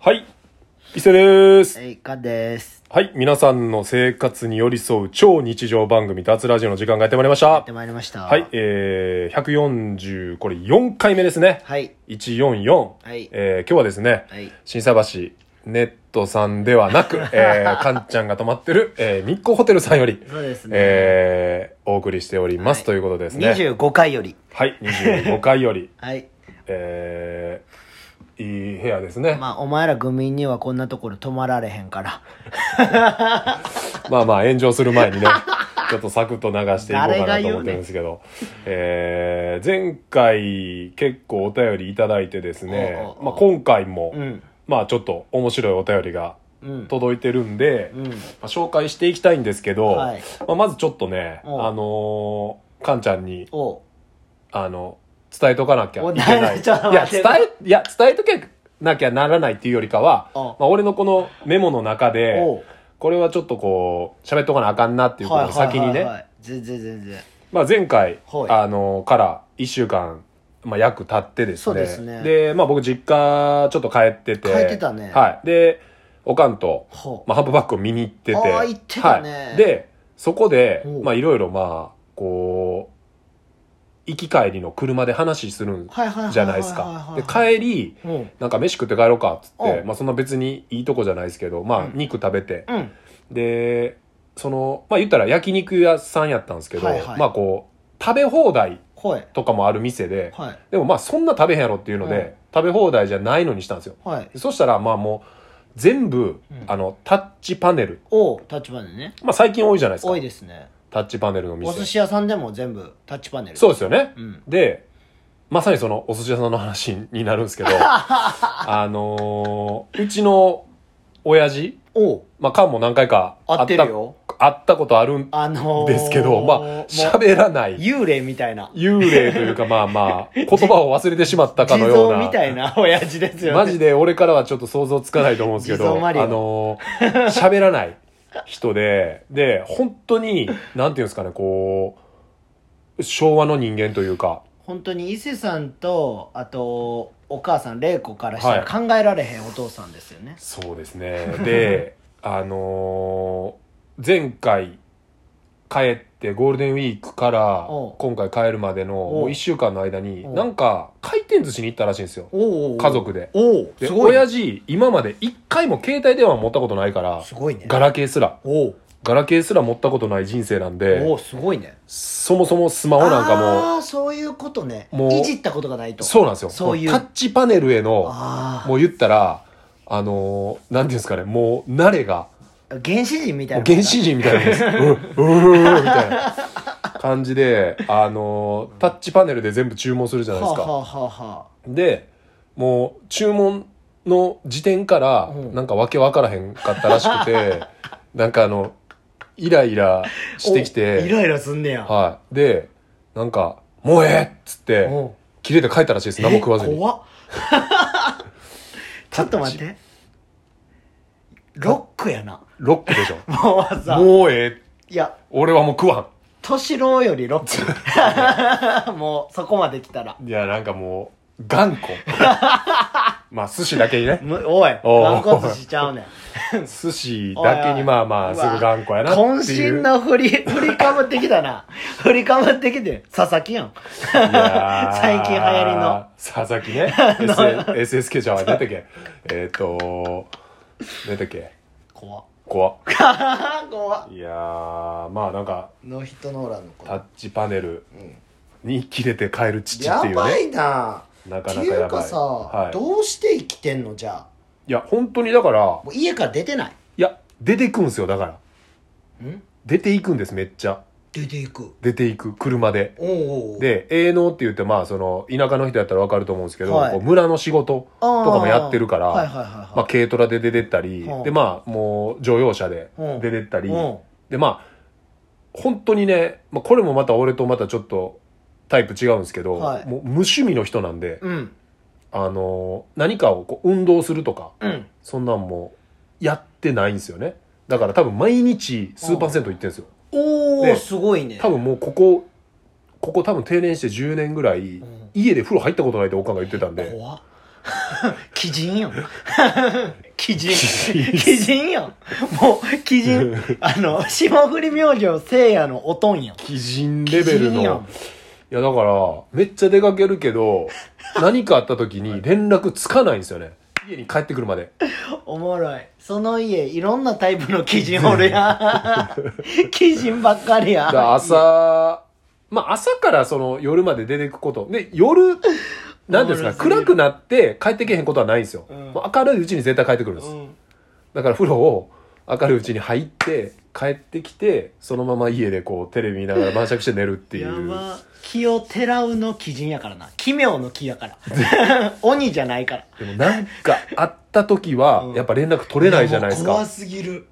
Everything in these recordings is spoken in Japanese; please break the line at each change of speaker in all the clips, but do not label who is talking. はい。伊勢です。
えいかんです。
はい。皆さんの生活に寄り添う超日常番組、脱ラジオの時間がやってまいりまし
やったて。まいりました。
はい。。えー、140、これ4回目ですね。
はい。
144。
はい
えー今日はですね、
はい
新桟橋ネットさんではな く、えー、かんちゃんが泊まってる、えー、日光ホテルさんより、
そうですね
えー、お送りしております、
はい
ということですね。
25回より。
はい。25回より、
はい。
えー、いい部屋ですね。
まあ、お前ら愚民にはこんなところ泊まられへんから。
まあまあ炎上する前にね、 ちょっとサクッと流していこうかなと思ってるんですけど、えー、前回結構お便りいただいてですね、
おうおうおう
まあ今回も、
うん。
まあちょっと面白いお便りが
うん。
届いてるんで、
うん
ま。あ、紹介していきたいんですけど、
はい
まあ、まずちょっとね、あ
おう
のー、かんちゃんに、
おう
あの、伝えとかなきゃい
お
けない。
ちょっと
いや、
待
伝
って
え、いや、伝えとけなきゃならないっていうよりかは、
おう
まあ俺のこのメモの中で、
おう
これはちょっとこう、喋っとかなあかんなっていうことを先に
はいはいはい
ね、
はい。全然全然。
まあ前回、
はい
あの、から1週間、まあ約経ってですね。
そうですね
でまあ僕実家ちょっと帰ってて。
帰ってたね
はい。で、おかんと、
ほう。
まあハンプバッグを見に行ってて。
あー行ってたね
はい。で、そこで
お、う
まあいろいろまあ、こう、行き帰りの車で話するん
はいはいははは
じゃないですか。で、帰り、
うん。
なんか飯食って帰ろうかっつって、
お
まあそんな別にいいとこじゃないですけど、まあ
うん
肉食べて、
うん。
でそのまあ言ったら焼肉屋さんやったんですけど、
はいはい
まあこう食べ放題
ほい。
とかもある店で、
はい。
でもまあそんな食べへんやろっていうので、
うん
食べ放題じゃないのにしたんですよ
はい。
そしたらまあもう全部、
うん
あのタッチパネル
おう、タッチパネルね。
まあ最近多いじゃないですか
多いですね。
タッチパネルの店
お寿司屋さんでも全部タッチパネル。
そう
う。
ですよね
うん。
でまさにそのお寿司屋さんの話になるんですけ どあのーうちの親父
おう、
まあカンも何回か
合ってるよ。
会ったことあるん
あのー。
ですけど、まあ、
もう
喋らない。
幽霊みたいな。
幽霊というか、まあ まあ、言葉を忘れてしまったかのよう
地蔵
な
み。たいな親父ですよね。
マジで俺からはちょっと想像つかないと思うんですけ
地蔵
ど、あ
マリオ
のー、喋らない人で、で、本当に、なんていうんですかね、こう、昭和の人間というか、
本当に伊勢さんと、あと、お母さん、玲子からした
は
ら考えられへんお父さんですよね。
そうですね。 で、あのー前回、帰ってゴールデンウィークから
おう
今回帰るまでのもう1週間の間に
おう
なんか回転寿司に行ったらしいんですよ
おうおうおう
家。族で
おお
です
ごいね。
親父今まで一回も携帯電話持ったことないから
すごいね。
ガラケーすら
おう
ガラケーすら持ったことない人生なん
お
で
うすごいね。
そもそもスマホなんかも
ああ、そういうことね。
もう
いじったことがないと。
そうなんですよ
そういう
もタッチパネルへの
ああ。
もう言ったらあのー、なんていうんですかねもう慣れが
原始人みたい
もう
な。
原始人みたいなん ですうんうんみたいな感じであのータッチパネルで全部注文するじゃないです
は
か
あ、はあはあは
でもう注文の時点から
うん
なんかわけわからへんかったらしく てなんかあのイライラ
あ。
してき
おイ
て
ライラすんねや。
はいでなんか「もうええ!」っつって
おう
切れて帰ったらしいです何も食わず
え
に
怖 っちょっと待って。ロックやな。
ロックで しょ
もうさ。
もうええ
いや、
俺はもう食わ
敏郎よりロック。 もう、そこまで来たら。
んいやなんかもう頑 固まあ寿司だけにね
むおい、
おう
軟骨しちゃうねん。
寿司だけにまあまあすぐ頑固 やなっていう
渾身の振り、振りかぶってき たな。振りかぶってきて、佐々木やん。
いやー
最近流行りの。
佐々木 ね。S- SSK じゃん。何だっけえっ、と、何だっけ
怖っ。
怖っ
怖っ。
いやー、まあなんか、
ノーヒットノーランの子
タッチパネルに切れて帰る父ってい
や
う
ば
ね。
いな
な
っ
か
て
なか
い
や
う
ば
か
い。
さ、
はい、
どうして生きてんのじゃあ。
いや、本当にだから、
もう家から出てない。
いや、出てくんすよ、だから。
ん
出ていくんです、めっちゃ。
出ていく。
出ていく、車で。
おうおうおう、
で、営農って言って、まあ、その、田舎の人やったらわかると思うんですけど、
はい
こう村の仕事
あー
とかもやってるから、
はいはいはいはい。
まあ、軽トラで出てったり、
うん
で、まあ、もう、乗用車で
うん
出てったり、
うん
で、まあ、本当にね、まあ、これもまた俺とまたちょっとタイプ違うんですけど、
はい
もう無趣味の人なんで、
うん。
あのー何かをこう運動するとか、
うん。
そんなんもやってないんですよね。だから多分毎日数パーセント行ってるんですよ。
お
で
ー、すごいね。
多分もうここ、ここ多分定年して10年ぐらい、
ん
家で風呂入ったことないっておかんが言ってたんで、
怖っ鬼 人よ。鬼人。鬼人よ。もう、鬼人。あの、霜降り明星聖夜のおとんよ。
鬼人レベル
鬼人や
の
ん。
いやだから、めっちゃ出かけるけ ど、何かあった時に連絡つかないんですよね。家に帰ってくるまで。
おもろい。その家、いろんなタイプの鬼人おるやん。 鬼人ばっかりや
だから
ん。
朝、まあ朝からその夜まで出てくこと。で、 夜、なんていうんですか、
おもろすぎる
暗くなって帰ってけへんことはないんですよ。
うん
もう明るいうちに絶対帰ってくるんです。
うん
だから風呂を明るいうちに入って、帰ってきて、そのまま家でこうテレビ見ながら晩酌して寝るってい
や
う。
ば。気をてらうの鬼人やからな。奇妙の木 やから。鬼じゃないから。
でもなんかあった時は
うん、
やっぱ連絡取れないじゃないです
やもう
か
怖。すぎる。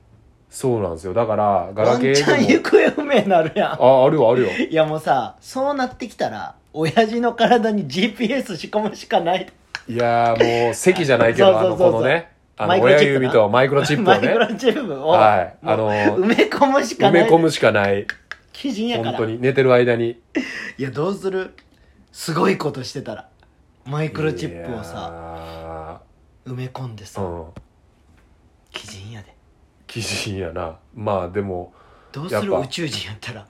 そうなんですよ。だから、ガ
ワ
ラ
ン
ケ
チャ
ー
ン
で
行
も。
方不明になるやん。
あ、あるよ、あるよ。
いやもうさ、そうなってきたら、親父の体に GPS 仕込むしかない。
いやーもう、席じゃないけど、あ
そ
の、
うそうそ
こ
うそう
のね、あ
マイ
の、
クロ
親
チップな
指とマイクロチップ
マ
を
イク
ね、
ロチップを、
はいあのー
埋め込むしか
埋
ない。
め込むしかない。
基準やか
本
ら
当。に、寝てる間に。
いや、どうするすごいことしてたら。マイクロチップをさ、
さ。
埋め込んで
う
さ、
ん。
基準やで。
基人やな。まあ、でも、
どう
や
す
っ
る
ぱ
宇宙人やったら。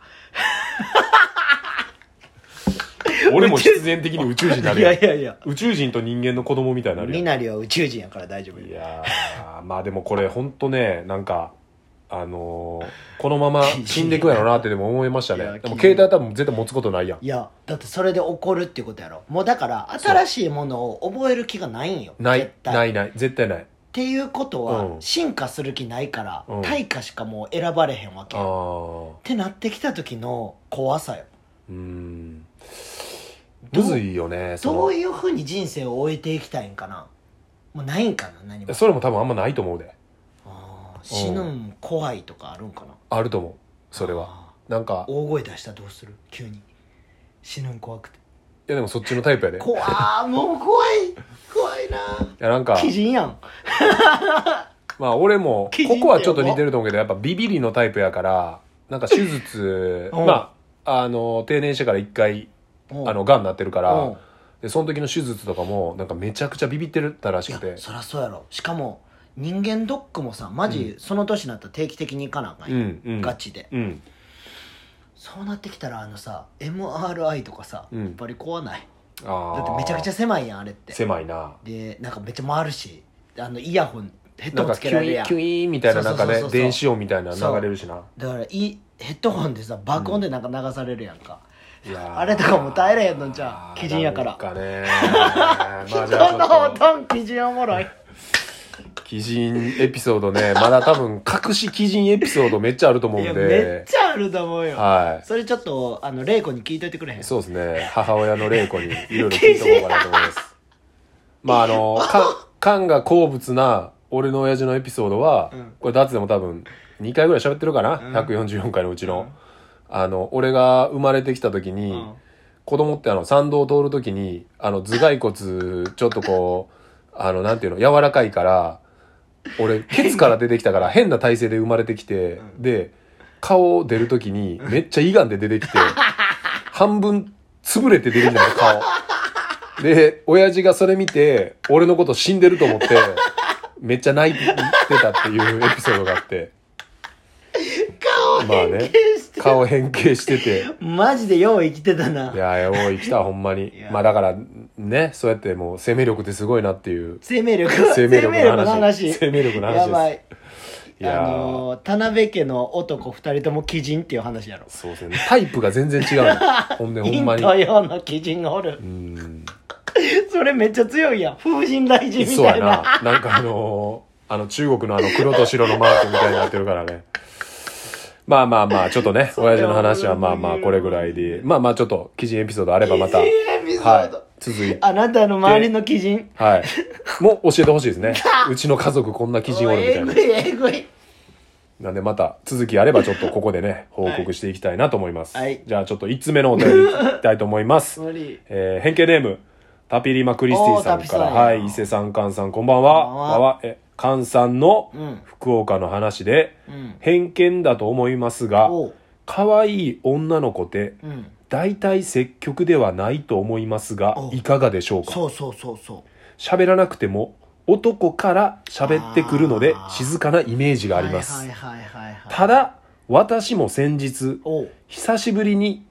俺も必然的に宇宙人にないる
や
よ
い。やいや。
宇宙人と人間の子供みたいになる
み
よ。
なりは宇宙人やから大丈夫
い
よ。
やー、まあでもこれ、本当ね、なんか、あのーこのまま 死んでいくやろうなってでも思いました
いや
ね。でも携帯多分絶対持つことないやん。
いや、だってそれで怒るってことやろ。もうだから、新しいものを覚える気がないんよ。
ない
絶、対
ないない、絶対ない。
っていうことは、
うん
進化する気ないから、
うん
対価しかもう選ばれへんわけ
あ
っ
あ。
てなってきた時の怖さよ
うーんむずいよねその
どういうふうに人生を終えていきたいんかなもうないんかな何も
それも多分あんまないと思うで
あー死ぬん怖いとかあるんかな
あると思うそれは
あ
なんか
ー大声出したらどうする急に死ぬん怖くて
いやでもそっちのタイプやでい
怖ーもう怖い怖いな
やなんか
鬼人やん
まあ俺も
基準
ここはちょっと似てると思うけどやっぱビビりのタイプやからなんか手術
うん
まああの定年してから一回
うん
あのがんになってるか
う
ら
ん
でその時の手術とかもなんかめちゃくちゃビビってたらし
いや
くて
そりゃそうやろしかも人間ドックもさマジその年になったら定期的に行かなあかん
う
やん、
んうん
ガチで
うん
そうなってきたらあのさ MRI とかさ、
うん
やっぱり怖ない
あ
だ
あ
ってめちゃくちゃ狭いやんあれって
狭いな
でなんかめっちゃ回るしあのイヤホンヘッ
な
ド
ん
ホン
か
つけ
キ
ら
ュ
れる
イ
や
ー
ん
キュイーンみたいななんか
そうそう
ね
そうそう
電子音みたいなの流れるしな
だからいヘッドホンでさ爆音でなんか流されるやんか、
いやー
あれとかも耐えれへんのんちゃう基準やから
なんかね まあじゃ
人の
あ
お
ちょっ
とん基準おもろい
と基人エピソードねまだ多分隠し基人エピソードめっちゃあると思う
い
ん
やめっ
で
ちゃあると思うよ、
は
それちょっとあの玲子に聞いといてくれへん
いそうですね母親の玲子にいろいろ聞いとこうかなと思います まああのか缶が好物な俺の親父のエピソードは、
うん
これダーツでも多分2回ぐらい喋ってるかな、
うん
144回のうちの、
うん
あの俺が生まれてきた時
う
に、
ん
子供ってあの参道を通るときにあの頭蓋骨ちょっとこうあのなんていうの柔らかいから俺ケツから出てきた から変な体勢で生まれてきて、
うん
で顔出るときにめっちゃ胃がんで出てきて半分潰れて出てきたの顔で親父がそれ見て俺のこと死んでると思ってめっちゃ泣いてたっていうエピソードがあってまあね顔変形してて
マジでよう生きてたない
やー、やばい、来た、ほんまに
いや。
まあだから、ね、そうやってもう、生命力ってすごいなっていう。
生命力
生命力の話。
生
生
命
命
力
力の
の話
話
やば
で
い
す。いや
あ
ー、
のー田辺家の男二人とも鬼人っていう話やろ
そうですね。タイプが全然違うの。ほ んで、ほ
陰
んまに。
と
う
陽の鬼人がおる
ん。
それめっちゃ強いやん風神大臣み
そう
た
や
いな
な。なんかあのー、あの、中国のあの、黒と白のマークみたいになってるからね。まあまあまあ、ちょっと ね、
れは
親父の話はまあまあ、これぐらいで。まあまあ、ちょっと、記事エピソードあればまた。
鬼人エピソード
はい。続いて。
あなたの周りの鬼人
はい。もう教えてほしいです ね。うちの家族こんな記事おるみたい
お
な
えぐ。いえぐい
なんでまた続きあればちょっとここでね、報告していきたいなと思います。
はい
じゃあちょっと1つ目のお便りいきたいと思います。
無理
えー、変形ネーム、タピリマクリスティさ
おータ
ん
ピ
か
さん
ら、
や
はい、伊勢さん、カンさん、こんばんは。
こんばんは
わわえ、カンさんの
うん
福岡の話で、
うん
偏見だと思いますが、
おう
可愛い女の子って、
うん
大体積極ではないと思いますが
お、
いかがでしょうか
そうそうそうそう
喋らなくても男から喋ってくるので
あー
静かなイメージがあります、
はいはいはいはいはい
ただ私も先日
おう
久しぶりに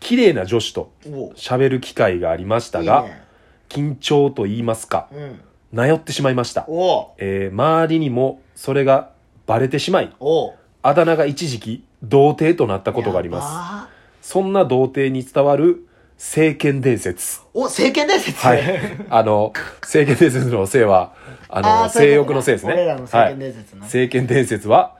綺麗な女子と
おう
喋る機会がありましたが
いいね
緊張と言いますか
うん
なよってしまいました、
おう
えー周りにもそれがバレてしまい
おう
あだ名が一時期童貞となったことがあります
す
そんな童貞に伝わる聖剣伝説。
お聖剣伝説
はい。あの、聖剣伝説の性は、あの、
ーそう
性
いうこ
欲
と
の性ですね。
俺らの聖剣伝説
は。
ない
聖剣伝説は、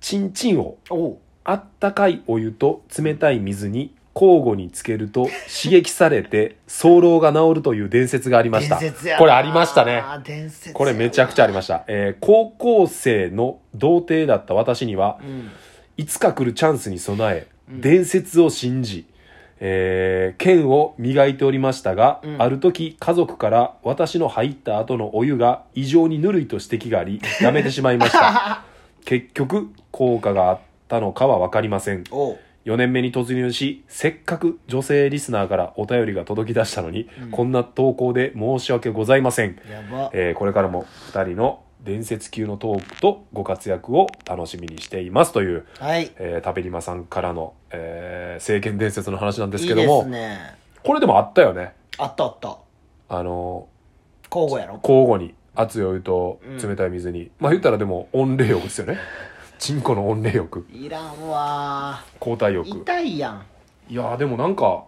チンチンを
おう
あったかいお湯と冷たい水に交互につけると刺激されて、早漏が治るという伝説がありました。
伝説やな
これありましたね。
伝説やな
これめちゃくちゃありました。えー高校生の童貞だった私には
う、ん
いつか来るチャンスに備え、
うん
伝説を信じ、えー剣を磨いておりましたが、
うん
ある時家族から私の入った後のお湯が異常にぬるいと指摘があり、やめてしまいま した。結局、効果があったのかはわかりません。
おう
4年目に突入し、せっかく女性リスナーからお便りが届き出したのに、
うん
こんな投稿で申し訳ございません。
やば
えーこれからも2人の伝説級のトークとご活躍を楽しみにしていますという
はい
えー、タペリマさんからの、えー、聖剣伝説の話なんで
い
す
い
けど
で
も
すね
これでもあったよね
あったあった
あの
交互やろ
交互に熱いお湯と
うん
冷たい水に、まあ言ったらでも温冷浴です よねチンコの温冷浴
いらんわ
交代浴
痛いやん
いやーでもなんか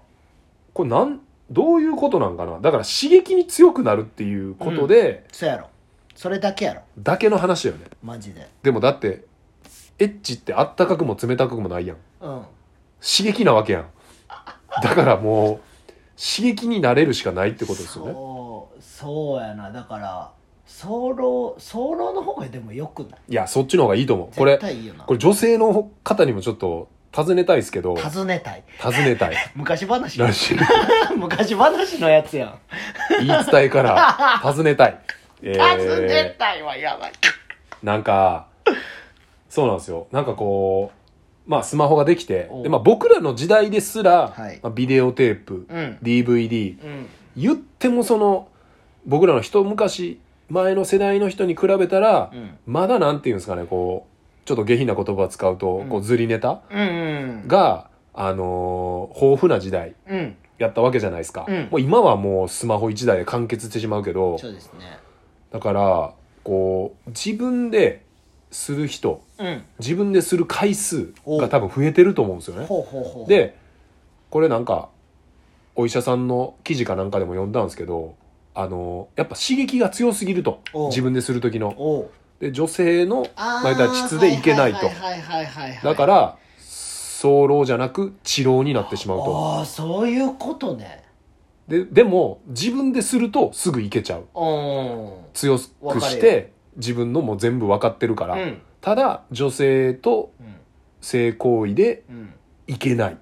これなんどういうことなんかなだから刺激に強くなるっていうことで、
そやろそれだけやろ
だけの話だよね
マジで
でもだってエッチってあったかくも冷たくもないやん
うん
刺激なわけやんだからもう刺激になれるしかないってことですよね
そうそうやなだから早漏早漏の方がでもよくない
いや、そっちの方がいいと思う。こ
絶
れ、
対いいよな
これ女性の方にもちょっと尋ねたいですけど、
尋ねたい
尋ねたい。
昔話
らしい。
昔話のやつやん
言い伝え から、尋ねたい。えー
尋ねたいはやばい
なんか、そうなんですよ。なんかこう、まあスマホができて
お、う
でまあ僕らの時代ですら、
はい
まあ、ビデオテープ、
うん、
DVD、
うん、
言ってもその、僕らの一昔前の世代の人に比べたら、
うん
まだなんていうんですかね、こう、ちょっと下品な言葉を使うと、
ん
こう、ずりネタ、
うん
が、あのー豊富な時代
うん
やったわけじゃないですか、
うん
もう今はもうスマホ1台で完結してしまうけど
そうですね
だからこう自分でする人
うん
自分でする回数が多分増えてると思うんですよね
ほうほうほう
でこれなんかお医者さんの記事かなんかでも読んだんですけどあのーやっぱ刺激が強すぎると
おう
自分でする時の
おう
で女性のま
あー
あ言ったら膣でいけないと
はいはいはいはいはい
だからら早漏じゃなく治療になってしまうと
ああそういうことね
ででも自分でするとすぐいけちゃう
うん
強くし
わかる
て自分のもう全部分かってるから、
うん
ただ女性と性行為で
うん
いけない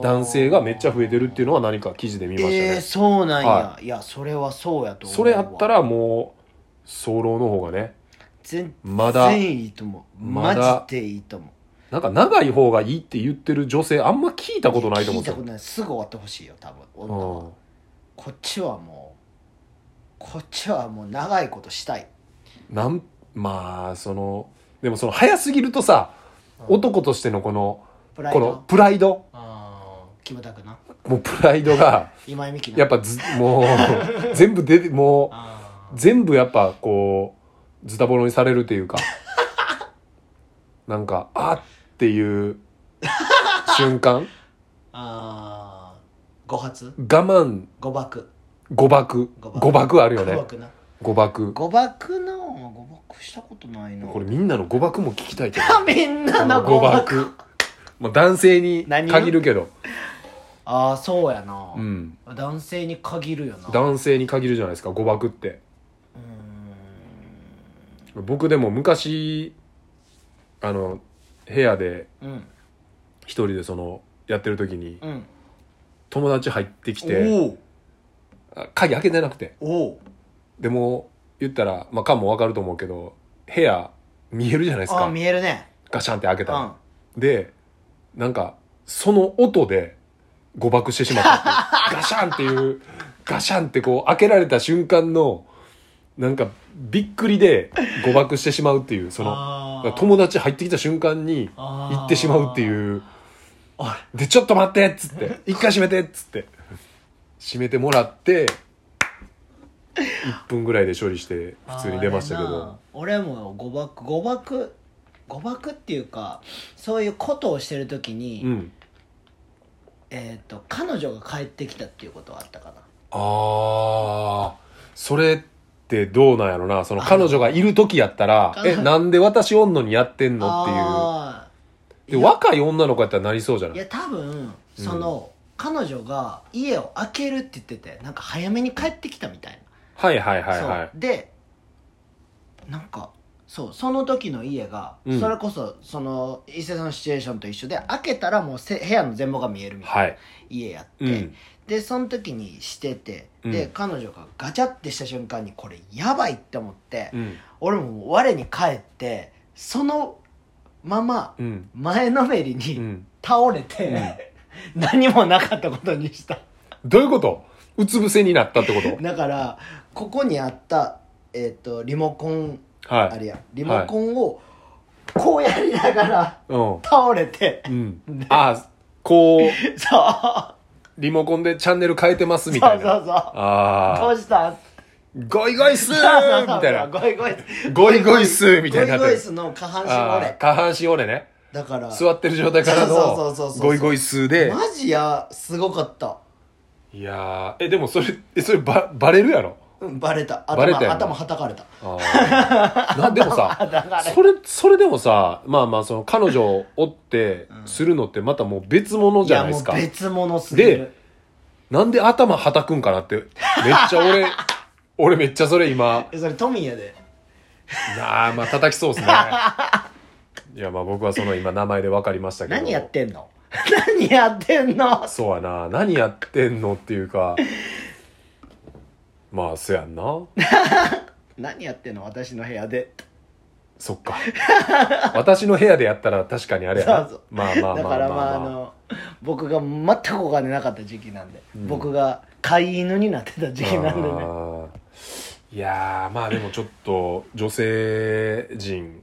男性がめっちゃ増えてるっていう
の
のは何か記事で見ましたね、
えー、そうなんや、、
はい
やそれはそうやと思うわ
それやったらもう早漏の方がね
全
まだ
然いいと思う
まだ
マジでいいと思う
なんか長い方がいいって言ってる女性あんま聞いたことないと思
聞
う
い
んですよ
たことないすぐ終わってほしいよ多分女は
うん
こっちはもうこっちはもう長いことしたい
なんまあそのでもその早すぎるとさ男としてのこの
プライ
こ
ド
のプライド
あーキムタクな
もうプライドが
今井美樹な
やっぱずもう 全部出てもう
あ
全部やっぱこうズタボロにされるという かなんかあっていう瞬間
ーあー誤発
我慢
誤爆
誤爆
誤爆
誤爆あるよ
誤
ね
爆な
誤爆
誤爆な誤爆したことないな
これみんなの誤爆も聞きたいけど
みんな
あの
の誤爆
まあ男性に
何
限るけど、
ああそうやな、
うん、
男性に限るよなう
男性に限るじゃないですか誤爆って
ーん
僕でも昔あの部屋で
うん
一人でそのやってる時に
うん
友達入ってきて
おう
あ鍵開けてなくて
おう
でも言ったら、まあ、かもわかると思うけど部屋見えるじゃないです
あ
か
見えるね
ガシャンって開け
う
たら
ん、
で なんかその音で誤爆してしまったっていうガシャンっていうガシャンってこう開けられた瞬間のなんかびっくりで誤爆してしまうっていうその
あー
友達入ってきた瞬間に
あー
行ってしまうっていう
あ
でちょっと待ってっつって 一回閉めてっつって閉めてもら って1分ぐらいで処理して普通に出ましたけ
あれな
ど
俺も誤爆誤爆誤爆っていうかそういうことをしてる時に、
うん
えっ、と彼女が帰ってきたっていうことはあったかな
ああそれってどうなんやろなその彼女がいる時やったら「
あの
えなんで私おんのにやってんの?」っていう。
あ
で若い女の子やったらなりそうじゃ
ー
ない
いや多分その、彼女が家を開けるって言っててなんか早めに帰ってきたみたい
はいはい
な、
はいはい
そうでなんかそうその時の家が、
うん
それこそその伊勢さんのシチュエーションと一緒で開けたらもうせ部屋の全貌が見えるみたいな、
はい
家やって、
うん
でその時にしてて、
うん
で彼女がガチャってした瞬間にこれやばいって思って、
うん
俺も我に返ってそのまま
うん
前のめり
う
に
ん
倒れて、 何もなかったことにした
どういうことうつ伏せになったってこ
だからここにあった、えっとリモコン
とは
あ
い
れやリモコンをこうやりながら
うん
倒れて、
うんああこう
そう
リモコンでチャンネル変えてますみ
そ
たいうな
そうそうど
ああ
うしたん
ゴイゴイスーみたいな
ゴイゴイ
ゴイゴイスーみたいになって
ゴ
る
イゴイスの下半身
あー
俺
下半身俺ね
だから
座ってる状態から
そうそうそうそう
の
そう
ゴイゴイスーで
マジやすごかった、
いやーえでもそれえそればバレるやろ
うん、バレた頭
バレたよな
頭はたかれた
あ ーなでもさ
だから
それそれでもさまあまあその彼女を追ってするのってまたもう別物じゃないですか
やもう別物すぎる
でなんで頭はたくんかなってめっちゃ俺俺めっちゃそれ今
えそれトミーやで
なあまあ叩きそう ですねいやまあ僕はその今名前で分かりましたけど
何やってんの何やってんの
そうやな何やってんのっていうかまあそやんな
何やってんの私の部屋で
そっか私の部屋でやったら確かにあれやな
そうそう
まあまあま
だ
あ
からまあ
まあ
あ
まあ
の僕が全くお金なかった時期なんで、僕が飼い犬になってた時期なんでね
あーいやーまあでもちょっと女性陣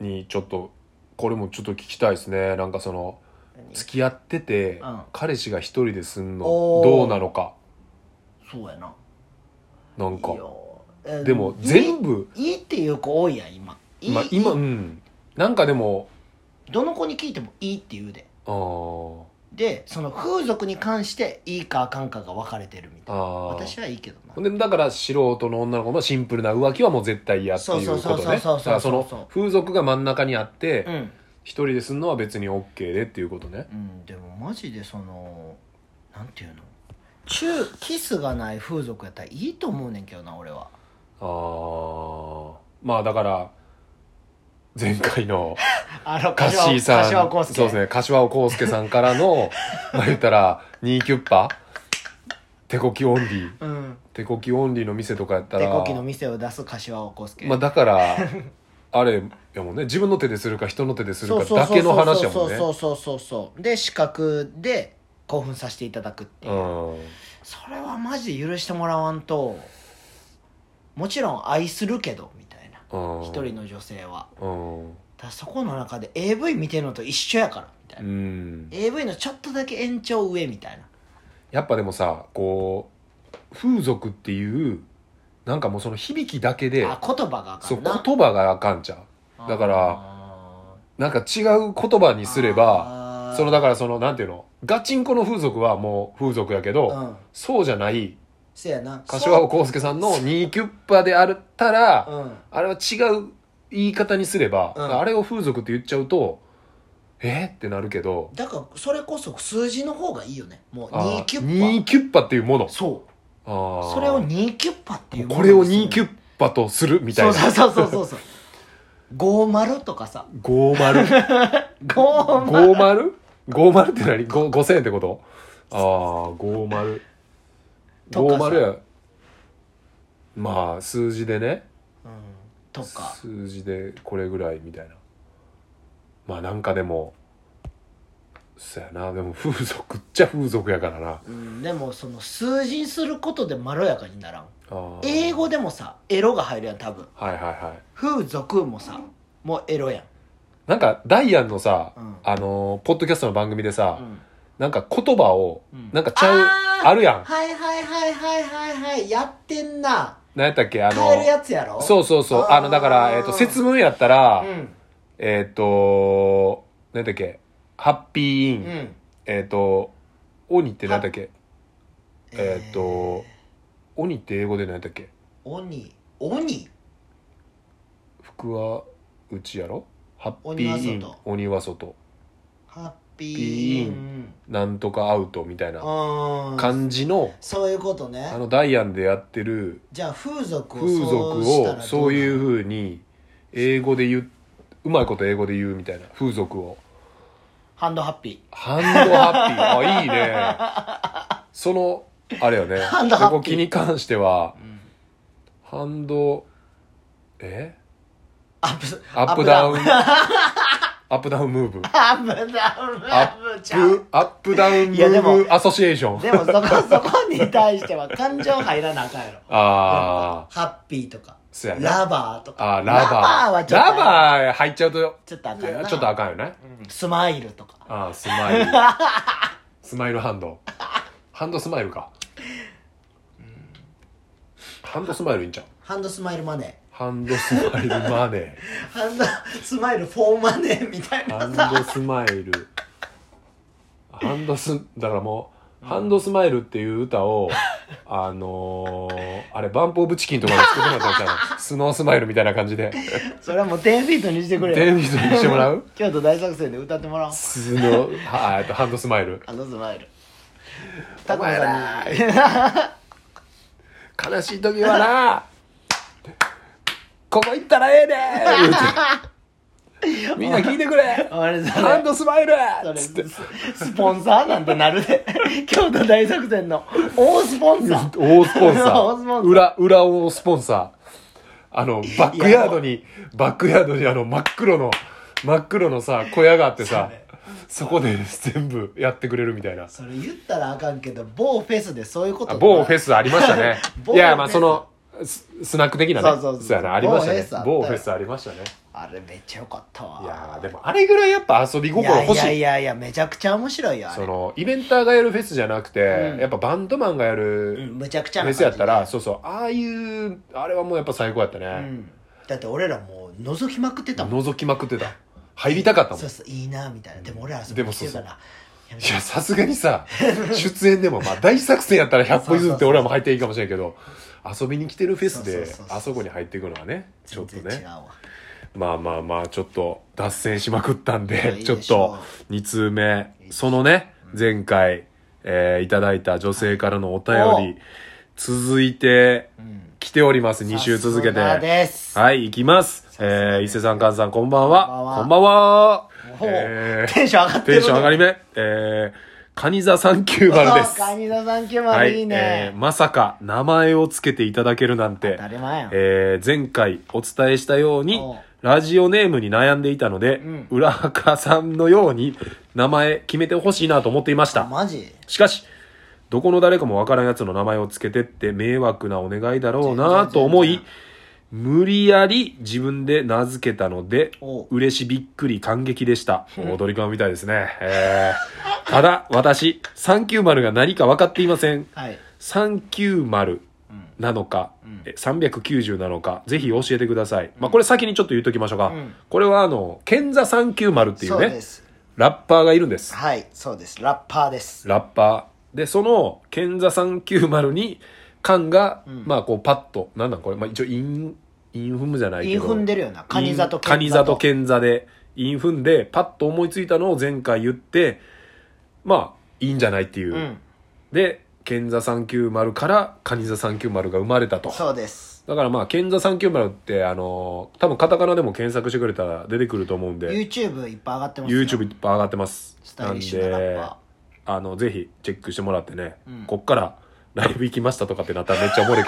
にちょっとこれもちょっと聞きたいですねなんかその
何
付き合ってて、
うん
彼氏が一人ですんの
おー
どうなのか
そうやな
なんか
いいよえー
でも全部
いいいいっていう子多いやん今いい
まあ、今
いうい
んなんかでも
どの子に聞いてもいいって言うで
あー
でその風俗に関していいかあかんかが分かれてるみたいな
あ
私
ー
はいいけどな
ほんでだから素人の女の子のシンプルな浮気はもう絶対嫌っていうことね
そうそうそうそうそうそう
だからその風俗が真ん中にあって、
うん、
一人ですんのは別に OK でっていうことね
うん、でもマジでそのなんていうのチューキスがない風俗やったらいいと思うねんけどな俺は
あーまあだから前回 の
あの
カッシーさん
柏康介
そうですね柏尾康介さんからの まあ言ったらニーキュッパ手こきオンリー
うん
手こきオンリーの店とかやったら
手こきの店を出す柏を康介
まあだからあれやもんね自分の手でするか人の手でするかだけの話やもんね
そうそうそうそうそうそうで資格で興奮させていただくっていう、
うん
それはマジで許してもらわんともちろん愛するけどみたいな
うん
一人の女性は
うん
ただそこの中で AV 見てるのと一緒やからみた
う
いな、
ん
AV のちょっとだけ延長上みたいな
やっぱでもさこう風俗っていうなんかもうその響きだけで
あ言葉があか
そうん
な
言葉があかんちゃうだからなんか違う言葉にすればそのだ
か
からそのなんていうのガチンコの風俗はもう風俗やけど、
うん
そうじゃない
せやな
柏尾康介さんのニーキュッパであったら、
そううん
あれは違う言い方にすれば、
うん
あれを風俗って言っちゃうとえってなるけど
だからそれこそ数字の方がいいよねもう
あー
2キュ
ニ
ッ
ーキュッパっていうもの
パそ
あ
う
ー
それを2キュッパっていうもの
これをニーキュ
ッ
ッパとするみたいな
そうそうそうそうそう50とかさ
5050
50
50って何ご5000円ってことああ50
とかさ
50やまあ数字でね
うんとか
数字でこれぐらいみたいなまあなんかでもそやなでも風俗っちゃ風俗やからな
うん、でもその数字にすることでまろやかにならん
あー
英語でもさエロが入るやん多分
はいはいはい
風俗もさもうエロやん
なんかダイアンのさ、
うん
あのーポッドキャストの番組でさ、
ん、
なんか言葉を
うん
なんかちゃう、
あー
あるやん
はいはいはいはいはいはいやってんな
何やったっけあの
変えるやつやろ
そうそうそうあのだから、えっと節分やったら、
うん
えっ、と何だっけハッピーイン、
うん
えっ、と鬼って何だっけ
え
えっ、と、鬼って英語で何だっけ
鬼鬼
福は内やろハッピ
鬼は
ーイン
外
鬼は外
ハッピ
ピー
ー
イ
イ
ン
ン
なんとかアウトみたいな
うん
感じの
そういうことね
あのダイアンでやってる
じゃあ風俗を
風俗
したらど
を
な
そういうふうに英語で言ううまいこと英語で言うみたいな風俗を
ハンドハッピ
ハンドハ ッピーあいいねそのあれよね
ハンドハッピー
動きに関しては
ー、うん
ハンドえ
アップ
アップダウンアップダウンムーブ
アップダウン
ア
アップちゃ
ッ
う
プアップダウンム
いやで
ー
も
ブアソシエーション
でもそこそこに対しては感情入らなあかんやろ
ああ
ハッピーとか
そうやな
ラバーとか
あーラバ
は
ー
ちょっと
ラバー入っちゃうと
ちょっとあ
い
かん
や
な
ちょっとあかんよね
うんスマイルとか
ああスマ イルスマイルハンドハンドスマイルかハンドスマイルいいんちゃう
ハンドスマイルマネ
ハンドスマイルマネ
ーハンドスマイルフォーマネーみたい
ー
な
ハン
さ
ドスマイルハンドスだからもう、ハンドスマイルっていう歌をあのー、あれバンプ・オブ・チキンとかで作ってもらったみたいなスノースマイルみたいな感じで
それはもう10フィートにしてくれ
デイビーズにしてもらう
京都大作戦で歌ってもらおう
スノーはあえっとハンドスマイル
ハンドスマイル
お前ら悲しい時はなここ行ったらええで 言うてみんな聞いてくれ
あれそ
ハン
れ
ドスマイル
それ
つって
ススポンサーなんてなるで京都大作戦の大スポンサー
大スポンサ
大スポンサ
ー
ー
裏裏大スポンサーあのバックヤードにバックヤードにあの真っ黒の真っ黒のさ小屋があってさそこで全部やってくれるみたいな
それ言ったらあかんけど某フェスでそういうこと
あ某フェ
ス
スありましたね
某
いやまあ
フェス
そのススナック的なね
そうそうそう
やなありました
某フェ
ね
スあったよ
某フェスありましたね
あれめっちゃ良かったわ
いやーでもあれぐらいやっぱ遊び心欲
いやいや
し
い
い
やいやめちゃくちゃ面白いよあ
そ
れ、
のイベンターがやるフェスじゃなくて
うん
やっぱバンドマンがや
う
る
ん、むちゃくち
フ
ゃな
ェ
感
ス
じ
やったらそうそうああいうあれはもうやっぱ最高やった
う
ね
ん、だって俺らもう覗きまくってたもん
覗きまくってた入りたかったもん
そう
い
そういいなみたいなでも俺らあそ
で
こ
も
来てるから
やさすがにさ出演でもまあ大作戦やったら100歩譲って俺らも入っていいかもしれんけど遊びに来てるフェスで
そうそうそうそう
あそこに入っていくのはねちょっと
全然違う
ね
わ
まあまあまあちょっと脱線しまくったん
いや
で
いいでし
ち
ょ
ょ
う
っと2通目そのね前回、えーいただいた女性からのお便り続いて
うん
来ております2週続けて
さすが
は
です、
い行きます
さすがです
えー伊勢さん菅さんこんばんは
こ
こん
ん
ばんは
お
えー
テンション上がってる
テンション上がりめえーカニザ390です
カニ座三級
は
丸
い
いい
えー
ね、
まさか名前をつけていただけるなんて
当たり前やん
えー前回お伝えしたように
おう
ラジオネームに悩んでいたので、
うん
裏垢さんのように名前決めてほしいなと思っていまし
あ
た
マジ
しかしどこの誰かもわからんやつの名前をつけてって迷惑なお願いだろうなと思い無理やり自分で名付けたので
おう
嬉しびっくり感激でした踊り子みたいですね、えーただ私390が何か分かっていません
はい
390
うん
なのか、
うん
え390なのかぜひ教えてください、まあ、これ先にちょっと言っときましょうか、
うん
これはあの賢座390ってい
そうう
ね
です
ラッパーがいるんです
はいそうですラッパーです
ラッパーでその賢座390に缶が、
ん
まあこうパッとなんなんこれ、まあ、一応インインフムじゃない
イ
け
ン
ど
踏んでるよなカニ座と
カニ座と
ケ
剣座でインフンでパッと思いついたのを前回言ってまあいいんじゃないっていう、
うん
で剣座390からカニ座390が生まれたと
そうです
だからまあ、賢者390って、あのー多分カタカナでも検索してくれたら出てくると思うんで、
YouTube いっぱい上がってますよ
YouTube いっぱい上がってます。
スタイリッシュなラッパ
あの、ぜひチェックしてもらってね、
うん
こっからライブ行きましたとかってなったらめっちゃおもろい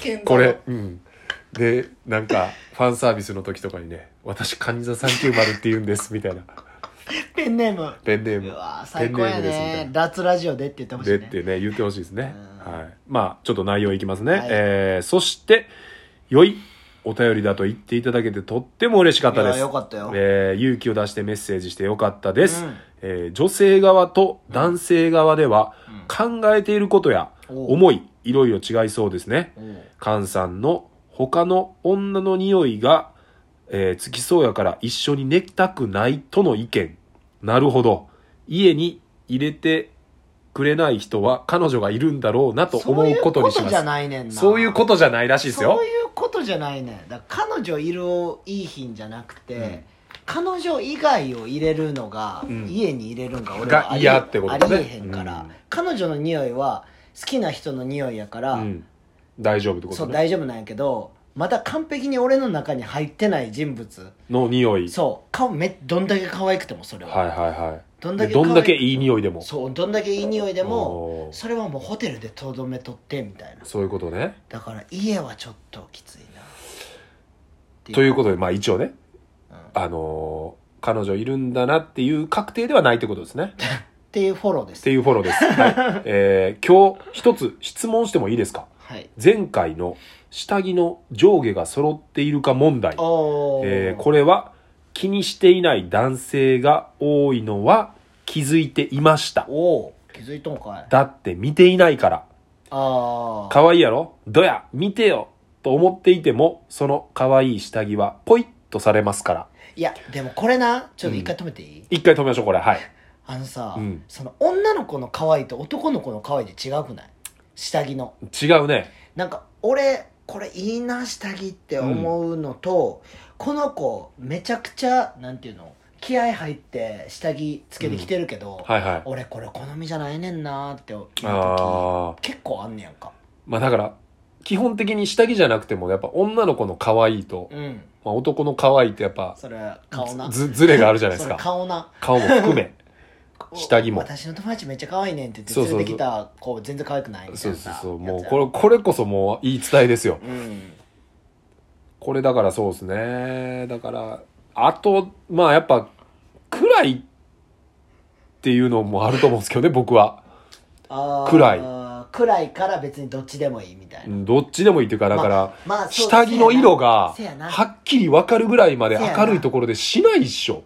けど ね。
ー
これ、うん。で、なんか、ファンサービスの時とかにね、私、カニザ390って言うんです、みたいな。
ピペンネーム。
ペンネー
う
ム。
わー最高や
ペンネームですみたい
ね。
な
脱ラジオでって言ってほしい
で
ね。
ってね、言ってほしいですね。
うん
はい。まあ、ちょっと内容いきますね。
はい
えー、そして、良いお便りだと言っていただけてとっても嬉しかったで
い
す。
やよかったよ
えー勇気を出してメッセージしてよかったです。
うん
えー女性側と男性側では、考えていることや
おう
思い、いろいろ違いそうですね。
おう
カンさんの他の女の匂いが、えーつきそうやから一緒に寝たくないとの意見。なるほど。家に入れてくれない人は彼女がいるんだろうなと思うことにし
そういうこと
ま
じゃ
す。
ないねんな。
そういうことじゃないらしいですよ
そう。いうことじゃないねだから彼女いるをいい品じゃなくて、
うん
彼女以外を入れるのが、
うん
家に入れるんが俺
が
はあり
嫌ってことね
ありえへんから、
うん
彼女の匂いは好きな人の匂いやから、
うん、大丈夫ってこ
そ
と
う
ね。
大丈夫なんやけどまだ完璧に俺の中に入ってない人物
の匂い。
そう顔めどんだけ可愛くてもそれは、
はいはいはい。
どんだけ
でどんだけ
可愛い
いい匂いでも。
そうどんだけいい匂いでも
おー
それはもうホテルでとどめとってみたいな
そういうことね。
だから家はちょっときついなって
ということで、まあ一応ね、
うん
あのー彼女いるんだなっていう確定ではないってことですね。
っていうフォローで
っ
す
ていうフォローです。はい。えー今日一つ質問してもいいですか
はい
前回の下着の上下が揃っているか問題。
おー
えーこれは気にしていない男性が多いのは気づいていました。
おー気づいとんかい
だって見ていないから。
ああ
可愛いやろどや見てよと思っていても、その可愛い下着はポイッとされますから。
いやでもこれなちょっと一回止めていい、
一回止めましょう、これ。はい。
あのさ、
うん
その女の子の可愛いと男の子の可愛いって違くない下着の
違うね。
なんか俺これいいな下着って思うのと、この子めちゃくちゃなんていうの気合入って下着つけてきてるけど、
はいはい。
俺これ好みじゃないねんなーっていう時
ああ。
結構あんねやんか
まあだから、基本的に下着じゃなくても、やっぱ女の子の可愛いと、
うん
まあ男の可愛いってやっぱ、
それ顔な
ず、ずれがあるじゃないです
それ
か。
顔な
顔も含 め。下着も
私の友達めっちゃ可愛いねんって
そ
言
う
っ
そうそう
て連れてきた子全然可愛くないみた
そ
いうな
そう
さ
そう。もう、
やつや
これ、これこそもう、いい伝えですよ。
うん
これだからそうですね。だから、あと、まあやっぱ、暗いっていうのもあると思うんですけどね、僕は。
あー
暗い
暗いから別にどっちでもいいみたいうな、
んどっちでもいいっていうか、だから、
まあまあそう
下着の色が、
せやな
はっきりわかるぐらいまで
せやな
明るいところでしないっしょ。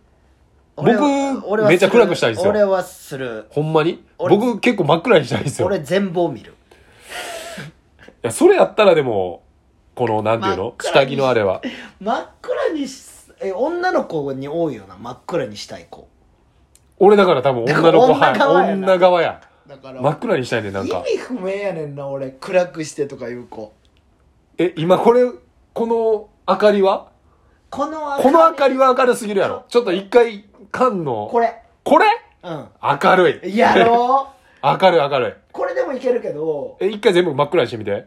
俺は
僕
俺は
めっちゃ
する
暗くしたいんですよ
俺はする
ほんまに
俺
僕結構真っ暗にしたいんですよ。
俺全貌見る
いや、それやったらでも、この、なんていうの
真っ暗
下
に
着のあれは。
真っ暗にしえ女の子に多いよな真っ暗にしたい子
俺だから多 分女の子、
女側
は
や
い。
な
女側や。
だから
真っ暗にしたいね、なん
意
か。
味不明やねんな俺暗くしてとかいう子
え、今これ、この明かりは
この
この明かりは明るすぎるやろ。ちょっと一回、缶の、
これ
これ
う
明る
ん
い。
やろ う
明るい明るい。
これでもいけるけど
え、一回全部真っ暗にしてみて。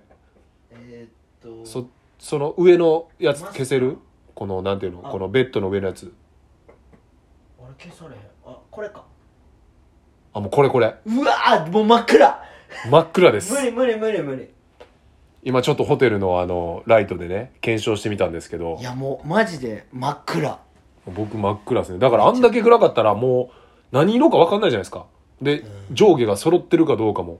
えーっと
そ、その上のやつ消せるこの、なんていうの
あ
このベッドの上のやつ。
あれ消されへんあこれか
あ、もうこれこれ。
うわーもう真っ暗
真っ暗です
無。理無理無理無理
今ちょっとホテルのあの、ライトでね、検証してみたんですけど
い。やもうマジで真っ暗
僕真っ暗ですねだからあんだけ暗かったらもう何色か分かんないじゃないですかで
うん
上下が揃ってるかどうかも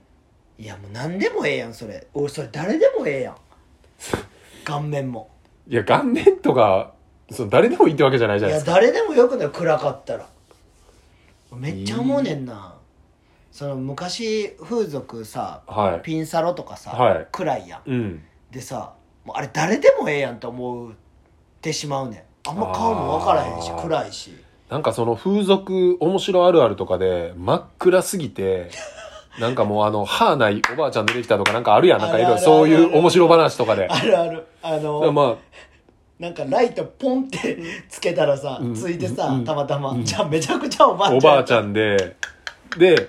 いやもう何でもええやんそれ俺それ誰でもええやん顔面も
いや顔面とかその誰でもいいってわけじゃないじ
い
ゃない
や
ですか
誰でもよくない暗かったらめっちゃ思うねんな、その昔風俗さ
はい
ピンサロとかさ、
はい
暗いやん
うん
でさもうあれ誰でもええやんと思ってしまうねんあんま顔も分からへんし
あー
暗いし
なんかその風俗面白あるあるとかで真っ暗すぎてなんかもうあの歯ないおばあちゃん出てきたとかなんかあるやんなんかいろいろ
あるあるある
そういう面白話とかで
あるあるあ
だから
の
ま
なんかライトポンってつけたらさ、
うん
ついて
う
さ
ん
たまたま、じゃあめちゃくちゃおばあ
あ
ちゃん
おばあちゃ
ん
んでで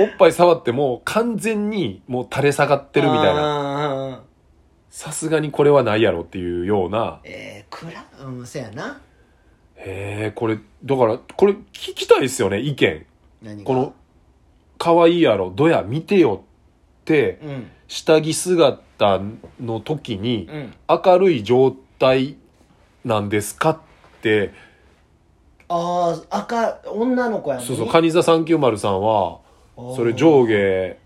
おっぱい触っても完全にもう垂れ下がってるみたいな
な
さすがにこれはないやろっていうような
えー、暗うんせやな
へえ、これ、だから、これ聞きたいですよね、意見。
何が
この、可愛いやろ、どや、見てよって、
うん
下着姿の時に、
うん
明るい状態なんですかって、
ああ赤女の子やのに
そうそうカニ座390さんはそれ上下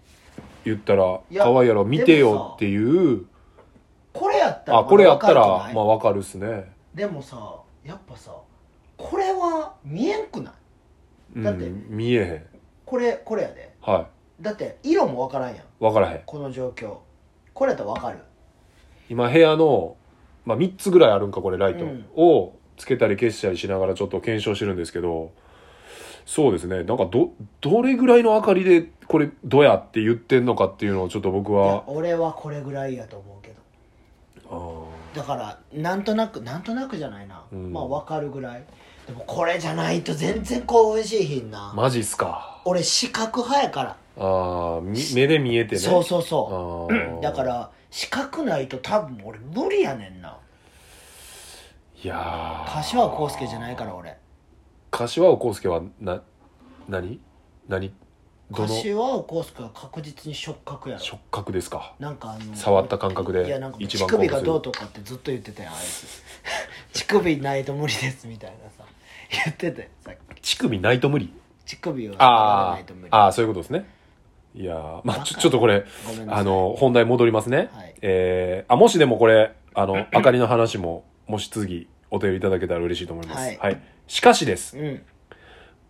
言ったら
いや
可愛いやろ見てよっていう
これやったら
あこれやったら
まだ若
まあ
いくない
わかるっすね
でもさやっぱさこれは見えんくないだって
うん、見えへん
これこれやで
は
だって色もわからんやん
いわからへん
この状況これやったらわかる
今部屋の、まあ、3つぐらいあるんかこれライト、
うん
をつけたり消したりしながらちょっと検証してるんですけどそうですねなんかどどれぐらいの明かりでこれどやって言ってんのかっていうのをちょっと僕
いや
は
俺はこれぐらいやと思うけど
あー
だからなんとなくなんとなくじゃないな、
うん
まあわかるぐらいでもこれじゃないと全然興奮しいひんな、
マジっすか
俺視覚派やから、
あーみ目で見えてね
そうそうそ
あ
う
ー
だから視覚ないと多分俺無理やねんない
やー
柏浩介じゃないから俺
柏尾康介はな何何どの
柏浩介は確実に触覚やろ
触覚ですか
なんかあの
触った感覚で
いやなんか
一
乳
番
首
興奮
が
する
どうとかってずっと言ってた やんあいつ乳首ないと無理ですみたいなさ言ってたよさっき
乳首ないと無理
乳首を触ら
あ
ないと無理
ーあーそういうことですねいやーまあちょちょっとこれ
ごめんなさい
あの本題戻りますね、
はい
えーあもしでもこれあの明かりの話ももし次お便りいただけたら嬉しいと思います、
はい
しかしです
うん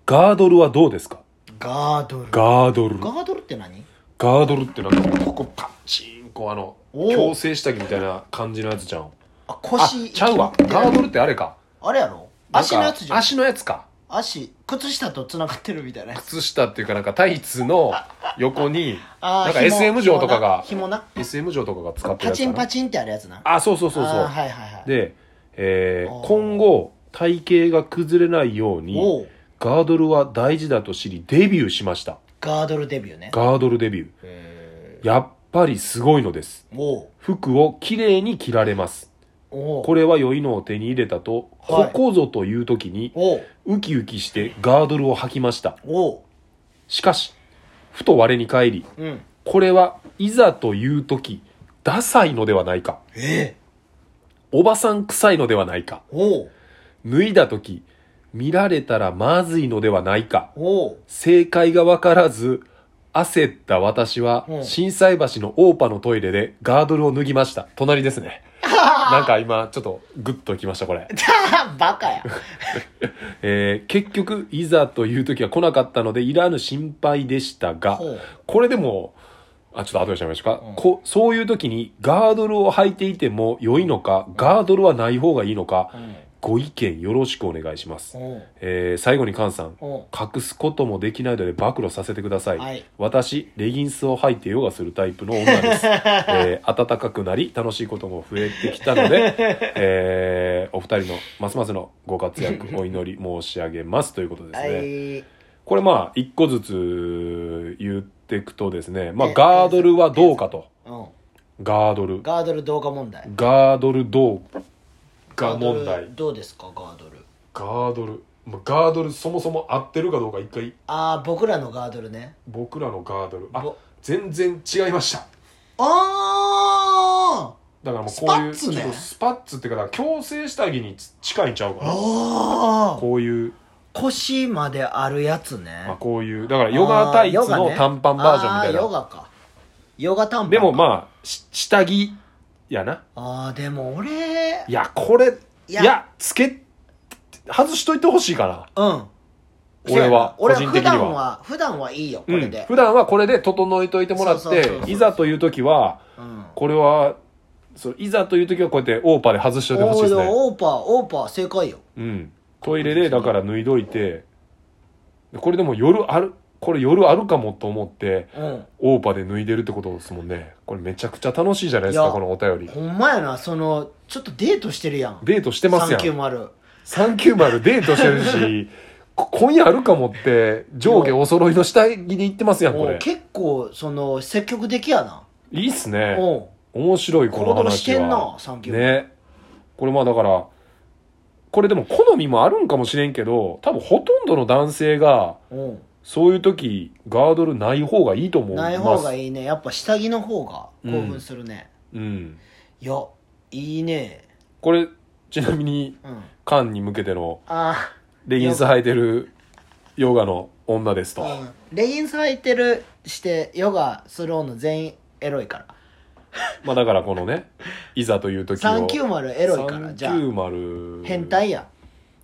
ガードルはどうですか
ガードルガ
ガードル
ードルって何
ガードルってなんかここパチンこうあの
おう
矯正下着みたいな感じのやつじゃん
あ
あ
腰
ちゃうわガードルってあれか
あれやろ
なん
足
か
のやつじゃん
足のやつか
足靴下とつながってるみたいなやつ
靴下っていうかなんかタイツの横に
あー
なんか
紐
SM 嬢とかが
紐な
SM 嬢とかが使ってる
パ
やつ
チ
か
ン
な
パチンってあるやつな
あそうそうそうそ
あ
う
ーはいはいはい
で、えー
あー
今後体型が崩れないように
おう
ガードルは大事だと知りデビューしました
ガードルデビューね
ガードルデビュ
へ
ーやっぱりすごいのです
ーおう
服をきれいに着られます
おう
これは良いのを手に入れたと、
はい
ここぞという時に
おう
ウキウキしてガードルを履きました
おう
しかしふと我に返り
うん
これはいざという時ダサいのではないか
え
おばさん臭いのではないか
おう
脱いだ時見られたらまずいのではないか
おう
正解が分からず焦った私は
うん
心斎橋のオーパのトイレでガードルを脱ぎました隣です ねなんか今ちょっとグッときましたこれ、
バカや
えー結局いざという時は来なかったのでいらぬ心配でしたが
ほう
これでもあちょっと後でしゃべりましょうか、
うん
こそういう時にガードルを履いていても良いのか、ガードルはない方がいいのか、
うん
ご意見よろしくお願いします、
おう
えー最後に菅さん
おう
隠すこともできないので暴露させてください、
はい
私レギンスを履いてヨガするタイプの女です、 えー暖かくなり楽しいことも増えてきたので、えーお二人のますますのご活躍 お祈り申し上げますということです
は
ね、
い
これまあ一個ずつ言っていくとですね、まあ、
え
ガードルはどうかと
うん
ガードル
ガードル動画問題
ガードルどうか問
ガード
題
ルどうですかガードル
ガードルまあガードルそもそも合ってるかどうか一回
ああ僕らのガードルね
僕らのガードルあ
ぼ
全然違いました
あー
だからもうこういう
スパッツね
ちょっとスパッツっていうかだから矯正下着に近いんちゃうかな
あー
こういう、
腰まであるやつね
まあ、こういうだからヨガタイツ
あーヨガ
の
ね
短パンバージョンみたい
あー
な、
ヨガかヨガ短パン
でもまあし下着やな
ああーでも俺
いやこれい
い
や
や
つけ外しといてほしいかな
うん
俺は
そうやな俺は
個人
普
的には
段は普段はいいよこれ
うん
で、
普段はこれで整えといてもらって
そうそうそうそう
いざという時は
うん
これはそういざという時はこうやってオーパーで外しといてほしいですね
オーパーオーパー正解よ
うん、トイレでだから脱いどいてこれでも夜あるこれ夜あるかもと思って
うん
オーパで脱いでるってことですもんねこれめちゃくちゃ楽しいじゃないです
い
か
や
このお便り
ほんまやなそのちょっとデートしてるやん
デートしてますやん
390
390デートしてるしこ今夜あるかもって上下お揃いの下着で行ってますやんこ
お
れ
結構その積極的やない
いっすね
お
面白いこの
行動し
話
てんな
は
390、
ねこれまあだからこれでも好みもあるんかもしれんけど多分ほとんどの男性が
うん
そういう時ガードルない方がいいと思います
ない方がいいねやっぱ下着の方が興奮するね、
うん、
いやいいね
これちなみに
うん
カンに向けての
あ
レギンス履いてるヨガの女ですと。
うんレギンス履いてるしてヨガする女全員エロいから
まあだからこのね、いざという時を。
390エロいからじゃあ
390
変態や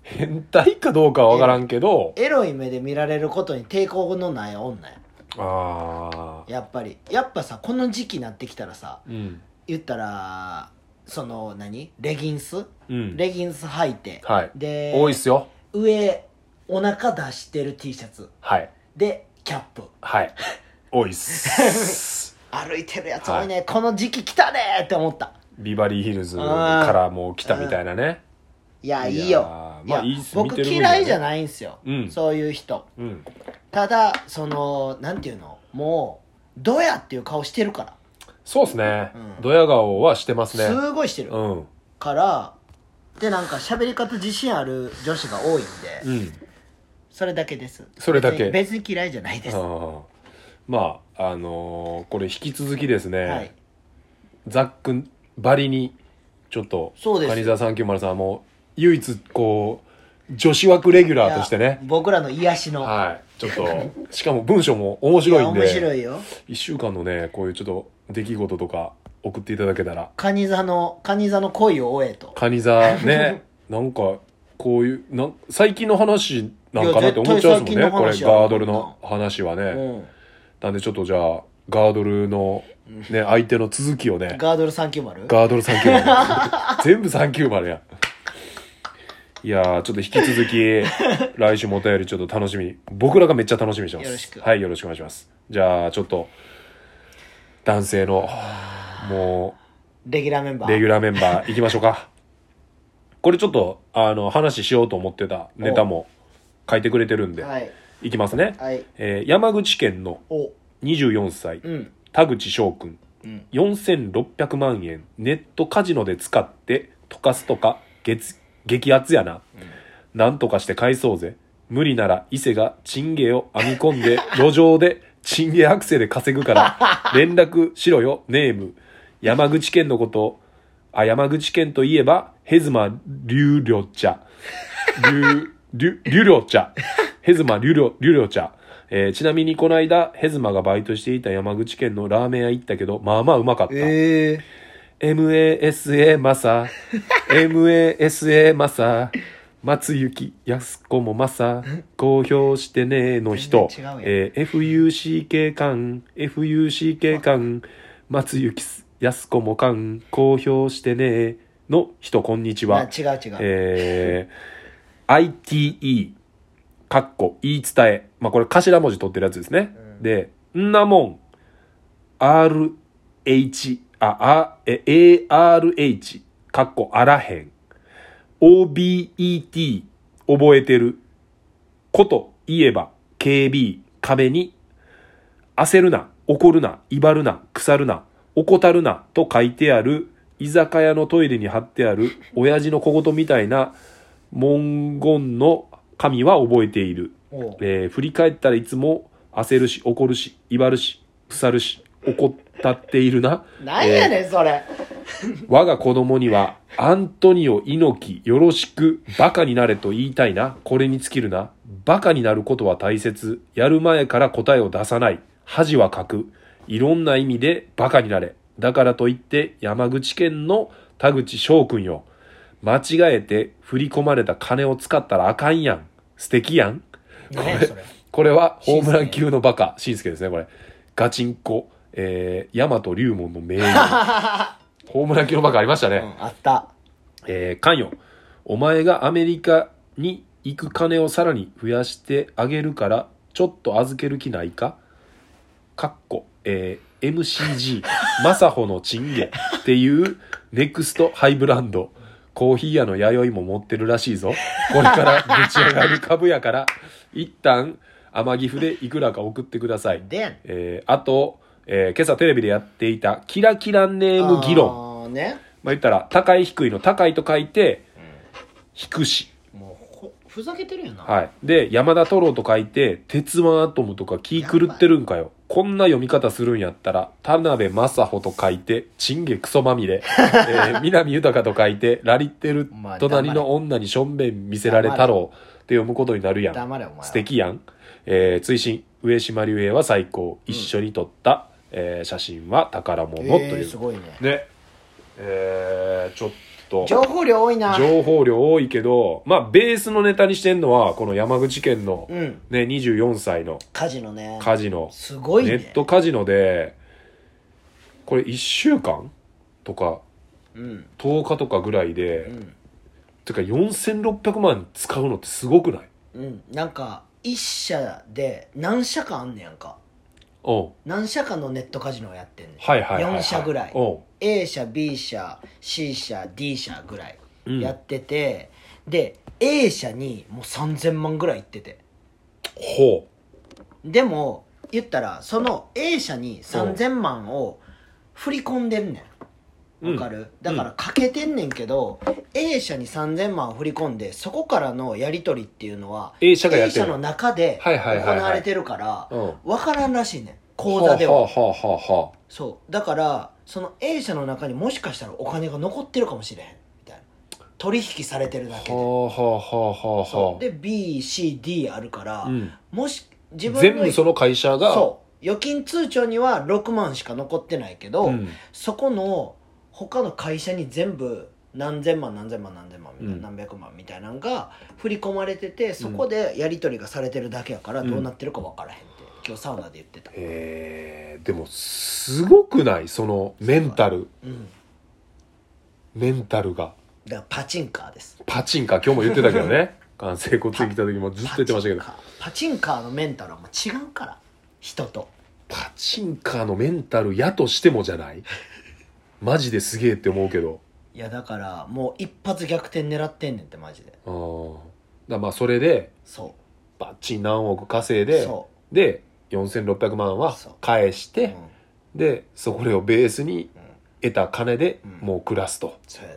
変態かどうかは分からんけど、
エロい目で見られることに抵抗のない女や
ああ。
やっぱりやっぱさこの時期になってきたらさ
うん。
言ったらその何レギンス、
うん。
レギンス履いて、
はい
で
多いっすよ。
上お腹出してる T シャツ
はい。
でキャップ
はい。多いっ す。
歩いてるやつ多いね、この時期来たねーって思った
ビバリーヒルズからもう来たみたいなね。
いやい
いやー
いよ
まあ
いや
いいっす見
僕
てる分にはね
嫌いじゃないんすよ、
うん
そういう人
うん。
ただそのなんていうのもうドヤっていう顔してるから
そうっすね
う。ん
ドヤ顔はしてますね。
すごいしてる
うん。
からでなんか喋り方自信ある女子が多いんで、
うん。
それだけです
それだけ
別に別に嫌いじゃないです、
あまあ、あのーこれ引き続きですね、
はい
ザックばりに、ちょっと、
そうですよ
カニザ390さんも、唯一、こう、女子枠レギュラーとして
いや
ね、
僕らの癒しの、
はい、ちょっと、しかも文章も面白いん
や面白
で、
いよ
一週間のね、こういうちょっと出来事とか送っていただけたら、
カニ座のカニ座の恋を終えと
カニザね、 なんか、こういう、なん最近の話なんかなって思っちゃうんですもんね、
い
こ
や
れ、
絶対最近の話や
ガードルの話はね。
うん
なんでちょっとじゃあ、ガードルの、ね、相手の続きをね、
ガードル390
ガードル390。全部390やん。いやー、ちょっと引き続き、来週もお便りちょっと楽しみに。僕らがめっちゃ楽しみにしてます。
よろしく
はい、よろしくお願いします。じゃあ、ちょっと、男性の、も
レギュラーメンバ
う、
ー
レギュラーメンバー行きましょうか。これちょっと、あの、話しようと思ってたネタも書いてくれてるんで、
はい
いきますね。
はい
えー山口県の
お
24歳、
うん
田口翔くん
うん
4600万円ネットカジノで使って溶かすとか激激アツやな、なんとかして返そうぜ無理なら伊勢がチンゲを編み込んで路上でチンゲアクセで稼ぐから連絡しろよネーム山口県のことあ山口県といえばヘズマ流涼茶流流流涼茶ヘズマ流涼流涼茶えーちなみにこの間、ヘズマがバイトしていた山口県のラーメン屋行ったけど、まあまあうまかった。
ええ
MASA マ サ MASA マサ松雪安子もマサ公表してねーの人
全然違うやん
えー FUCK 感 FUCK 感松雪安子も感公表してねーの人こんにち
まあ
は
違う違う、
えー ITE かっこ言い伝え、まあ、これ頭文字取ってるやつですね、
うん
で「んなもん RH ああえ ARH かっこあらへん OBET 覚えてること言えば KB 壁に焦るな、怒るな、威張るな、腐るな、怠るなと書いてある居酒屋のトイレに貼ってある親父の小言みたいな文言の神は覚えている。
おう
えー振り返ったらいつも焦るし、怒るし、威張るし、腐るし、怒ったっているな。
なんやねん それ、
我が子供には、アントニオ猪木よろしく、バカになれと言いたいな。これに尽きるな。バカになることは大切。やる前から答えを出さない。恥はかく。いろんな意味でバカになれ。だからといって、山口県の田口翔くんよ。間違えて振り込まれた金を使ったらあかんやん。素敵やん。
なん やそれ
これはホームラン級のバカ、しんすけですね、これ。ガチンコ、えー、ヤマト龍門の名 言。ホームラン級のバカありましたね。
うん、あった
えー、関与。お前がアメリカに行く金をさらに増やしてあげるから、ちょっと預ける気ないかかっこ、えー、MCG、マサホのチンゲっていうネクストハイブランド。コーヒー屋の弥生も持ってるらしいぞ。これからぶち上がる株やから、一旦、天岐阜でいくらか送ってください。
でやねん
えー、あと、えー今朝テレビでやっていた、キラキラネーム議論。
あーね
まあ、言ったら、高い低いの高いと書いて、低し。
もうほふざけてるよな、
はい。で、山田太郎と書いて、鉄腕アトムとか気狂ってるんかよ。こんな読み方するんやったら、田辺正穂と書いて、チンゲクソまみ れ。えー、南豊と書いて、ラリってる
まあ
隣の女にしょんべん見せられ太郎って読むことになるやん。
黙れお前は
素敵やん。えー、追伸、上島竜兵は最高。
うん
一緒に撮った、えー写真は宝物と
え
い
ー、
う。
すごいね
ね。えー、ちょっと。
情報量多いな
情報量多いけど、まあ、ベースのネタにしてんのは、この山口県の、
うん
ね、24歳の
カジノね
カジノ。
すごいね
ネットカジノで、これ1週間とか、
うん
10日とかぐらいで、
うん
てか4600万使うのってすごくない
うんなんか一社で何社かあんねやんか
うん。は
何社かのネットカジノをやってんねん、
いはいはい、はい。
4社ぐらい
うん。
A 社 B 社 C 社 D 社ぐらい
うん
やってて、で A 社にもう3000万ぐらいいってて
ほ
でも言ったらその A 社に3000万を振り込んでんね
うん
んわかる、だからかけてんねんけど、A 社に3000万を振り込んでそこからのやり取りっていうのは
A 社がや
A
ってる
社の中で行
はいはいはいはい
われてるから
う。うん。
分からんらしいねん口座で
はあ、
は
はあはあはあ
そうだからその A 社の中にもしかしたらお金が残ってるかもしれへんみたいな取引されてるだけ
はあは
で
あはあはあ
そ
は
うで BCD あるから、
あ。うん。
もし自分の
全部その会社が、
そう預金通帳には6万しか残ってないけど、
うん。
そこの他の会社に全部何千万何千万何千万みたいな、
うん
何百万みたいなのが振り込まれててそこでやり取りがされてるだけやから
うん
どうなってるか分からへんって今日サウナで言ってた、
えーでもすごくないそのメンタル
うん、
メンタルが
だからパチンカーです
パチンカ今日も言ってたけどね 完成骨に来た時もずっと言ってましたけど
パチンカーパチンカーのメンタルはもう違うから人と
パチンカのメンタルやとしてもじゃないマジですげえって思うけど
いやだからもう一発逆転狙ってんねんってマジで
うんだからまあそれで
そ
バッチン何億稼いうで
そ
で4600万は
そう
返し
う、う
て
ん、
でそこをベースに
うん
得た金で
うん
もう暮らすと、
そうや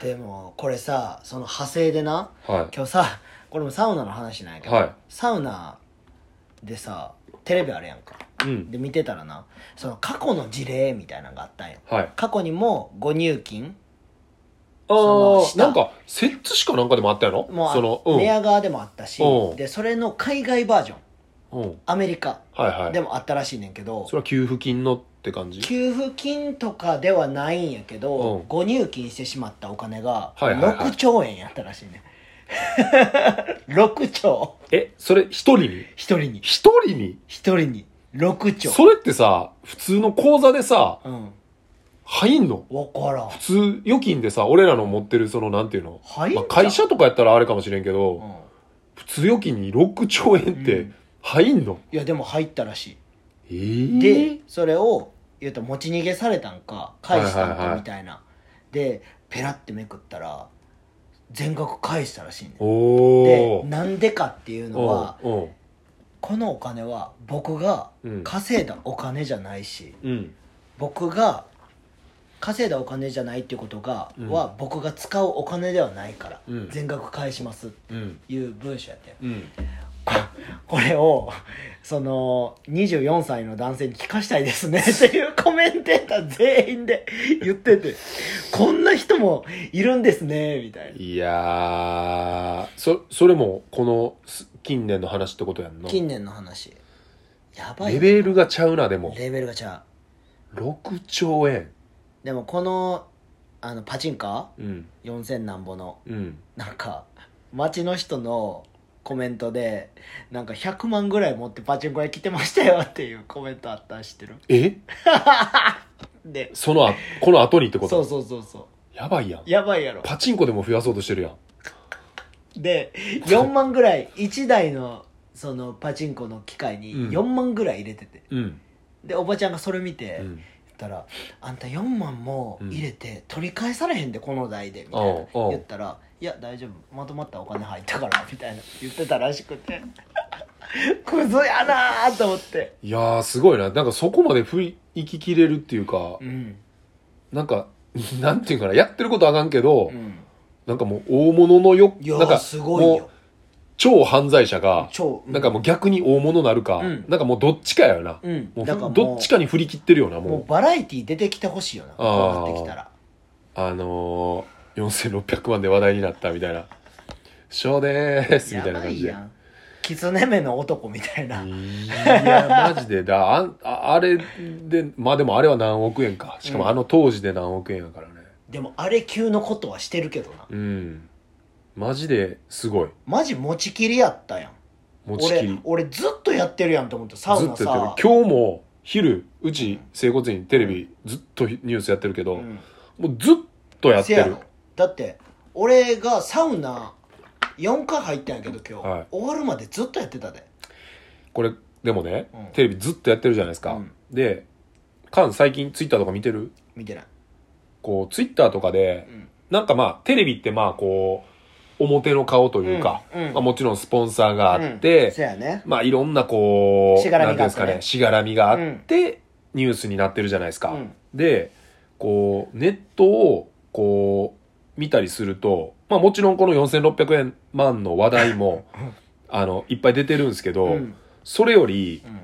ででもこれさその派生でな
はい
今日さこれもサウナの話なんやけど、
は
サウナでさテレビあれやんか
いうん
で見てたらなその過去の事例みたいなのがあったんよ
はい
過去にもご入金
あ
その
ー
下
なんか摂津市かなんかでもあったやろ
もあ
そのうん
寝屋川でもあったし
うん
でそれの海外バージョン
うん。
アメリカ
はいはい。
でもあったらしいねんけど
それは給付金のって感じ
給付金とかではないんやけど、
うん
ご入金してしまったお金が
はいはいはい
6兆円やったらしいね、6兆
え、それ一人に
一人に
一人に
一人に6兆
それってさ、普通の口座でさ、
うん
入んの
分からん
普通預金でさ、俺らの持ってるその、なんていうの、
入んじ
ま
ゃ
あ、
ん
会社とかやったらあれかもしれんけど、
うん
普通預金に6兆円っ
う
て
ん
入んの、
いやでも入ったらし
え
い
ー、
でそれを言うと持ち逃げされたんか返した
はい
ん
はい
か
はい
みたいな、でペラってめくったら全額返したらしいね
お
で
ー。
なんでかっていうのは
うんうん
このお金は僕が
うん
稼いだお金じゃないし
うん。
僕が稼いだお金じゃないっていうことが、
うん
は僕が使うお金ではないから、
うん
全額返しますっ
うん。
ていう文章やってん
うん。
ここれをその24歳の男性に聞かしたいですね っていうコメンテーター全員で言っててこんな人もいるんですねみたいない
やー、そ、それも、このす、近年の話ってことやんの
近年の話やばい
レベルがちゃうな、でも。
レベルが違う
6兆円。
でもこのあのパチンカ
うん。
4000なんぼの
うん。
なんか街の人のコメントでなんか100万ぐらい持ってパチンコ屋来てましたよっていうコメントあったん知ってる
え
で
そのあ、この後にってこと
そうそうそうそう
やばいやん。
やばいやろ
パチンコでも増やそうとしてるやん。
で4万ぐらい1台のそのパチンコの機械に
うん
4万ぐらい入れてて、
うん。
でおばちゃんがそれ見て、
う
言っ
ん。
たら「あんた4万も入れて取り返されへんでこの台で」みたいな
おうおう
言ったら「いや大丈夫まとまったお金入ったから」みたいな言ってたらしくて クズやなーと思って
いやー、すごいな。なんかそこまで振り、行ききれるっていうか
う、ん
なんか、なんていうかな、やってることあかんけど
う、ん
なんかもう大物のよ、
いや
なん
ー
か
すごい
もう
よ
超犯罪者が、
超
なんかもう逆に大物なるか、
うん
なんかもうどっちかやな。
うん
もう
だからもう
どっちかに振り切ってるよな、
もう
もう。
バラエティー出てきてほしいよな
あー
こうなってきたら
あのー、4600万で話題になったみたいな。ショーでーすみたいな感じで
やばい。やん狐目の男みたいな、
いや、マジで。だあんああれで、まあでもあれは何億円か。しか
うん
もあの当時で何億円やからね。
でもあれ級のことはしてるけどな
うん。マジですごい。
マジ持ちきりやったやん
持ちき
俺
り。
俺ずっとやってるやんと思ってサウ
ずっ
ナ
とや
さ
ってる。今日も昼、うち整骨院テレビずっとニュースやってるけど、
うん
もうずっとやって
せや
る
ろ。だって俺がサウナ4回入ったんやけど今日、
はい
終わるまでずっとやってたで
これ、でもね、
うん
テレビずっとやってるじゃないですか。
うん
で、カン最近ツイッターとか見てる
見てない、
こう、ツイッターとかで、
うん
なんかまあ、テレビってまあ、こう、表の顔というか、
うんうん
まあ、もちろんスポンサーがあって、
せやね
まあ、いろんなこう、
しがらみ
なんていうん
があってね
ですかね、しがらみがあって、ニュースになってるじゃないですか。
うん
で、こう、ネットを、こう、見たりすると、まあもちろんこの4600円万の話題 も、あの、いっぱい出てるんですけど、
うん
それより
う、ん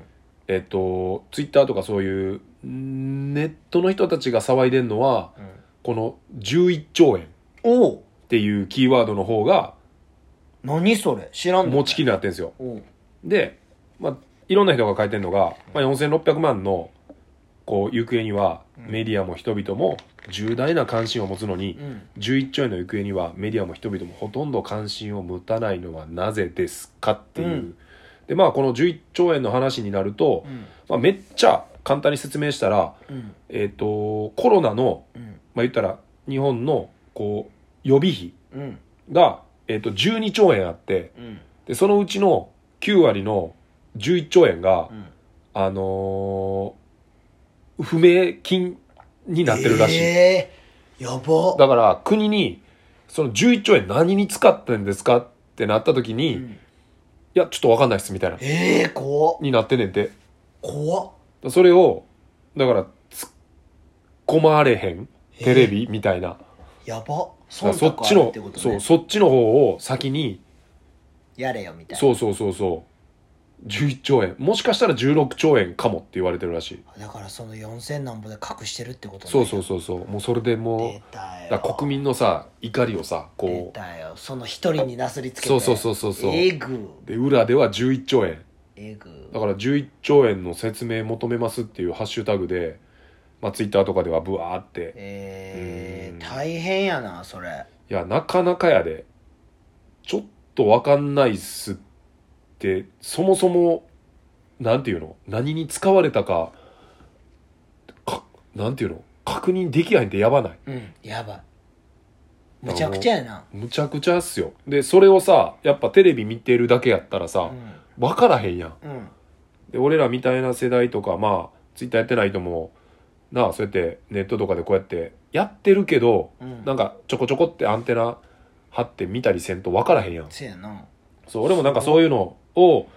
えっと、ツイッターとかそういう、んネットの人たちが騒いでるのは、
うん
この11兆円っ
おお
ていうキーワードの方が
何それ知らんの
持ちきりになってるんですよ。
おう
で、まあ、いろんな人が書いてるのが、まあ、4600万のこう行方には
うん
メディアも人々も重大な関心を持つのに
うん
11兆円の行方にはメディアも人々もほとんど関心を持たないのはなぜですかっていう、
うん
でまあこの11兆円の話になると
う、ん
まあ、めっちゃ簡単に説明したら、
うん
えっとコロナの、
うん
まあ、言ったら日本のこう予備費
うん
が、えっと12兆円あって
うん
でそのうちの9割の11兆円が、
うん
あのー不明金になってるらしい。
えー、やば
だから国に、その11兆円何に使ってんですかってなった時に、
う
い
ん
や、ちょっとわかんないっす、みたいな。
ええー、怖っ
になってんねんて。
怖っ
それを、だから、突っ込まれへんテレビみたいな。
やば
だから
忖
そっ
度
ち
ある
の
ってこと、ね
そう、そっちの方を先に、
やれよみたいな
そうそうそうそう。11兆円。もしかしたら16兆円かもって言われてるらしい。
だからその4000何ぼで隠してるってことね
そうそうそうそう。もうそれでもう
出、たよ
だから国民のさ怒りをさ
出
こう
たよその一人になすりつけて
そうそうそうそうそう
えぐ
で裏では11兆円
えぐ
だから11兆円の説明求めますっていうハッシュタグで、まあ、ツイッターとかではブワーってう
えー、
ん
大変やなそれ
いやなかなかやでちょっとわかんないっすってそもそもなんていうの何に使われたかかなんていうの確認できないんでやばない
うんやばいむちゃくちゃやな
むちゃくちゃっすよでそれをさやっぱテレビ見てるだけやったら
う
さ
ん
わからへんやん
うん
で俺らみたいな世代とかまあツイッターやってない人もなあそうやってネットとかでこうやってやってるけど、
うん
なんかちょこちょこってアンテナ張って見たりせんと分からへんやん
せやな
そう俺もなんかそういうのを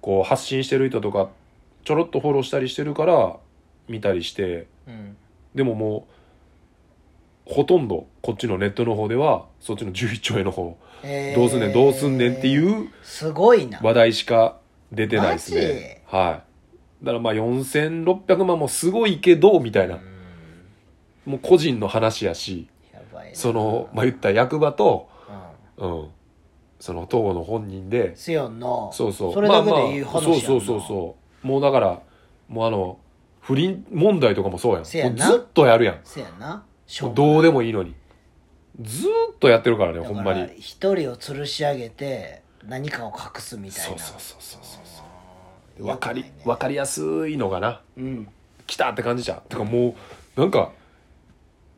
こう発信してる人とかちょろっとフォローしたりしてるから見たりして
うん
でももうほとんどこっちのネットの方ではそっちの11兆円の方、
えー
どうすんねんどうすんねんっていう
すごいな
話題しか出てないですね。はい。だからまあ4600万もすごいけど、みたいな
う。ん
もう個人の話やし、
やばいな
その、まあ言った役場と、
うん
うん、その党の本人で、
せやんな
そうそう。
それだけでいい
まあまあ
話やん
そ
な
うそうそうそう。もうだから、もうあの、不倫問題とかもそうやん。
せやな
もうずっとやるやん。
せやなしょ
も
う
うどうでもいいのに。ずーっとやってるからね、
だ
ほ
か
んま
ら
に。
一人を吊るし上げて何かを隠すみたい
そう
な
そうそうそうそうう。
ん
わかり
よくない、ね
わかりやすいのがな。
うん
来たって感じじゃんてかもうなんか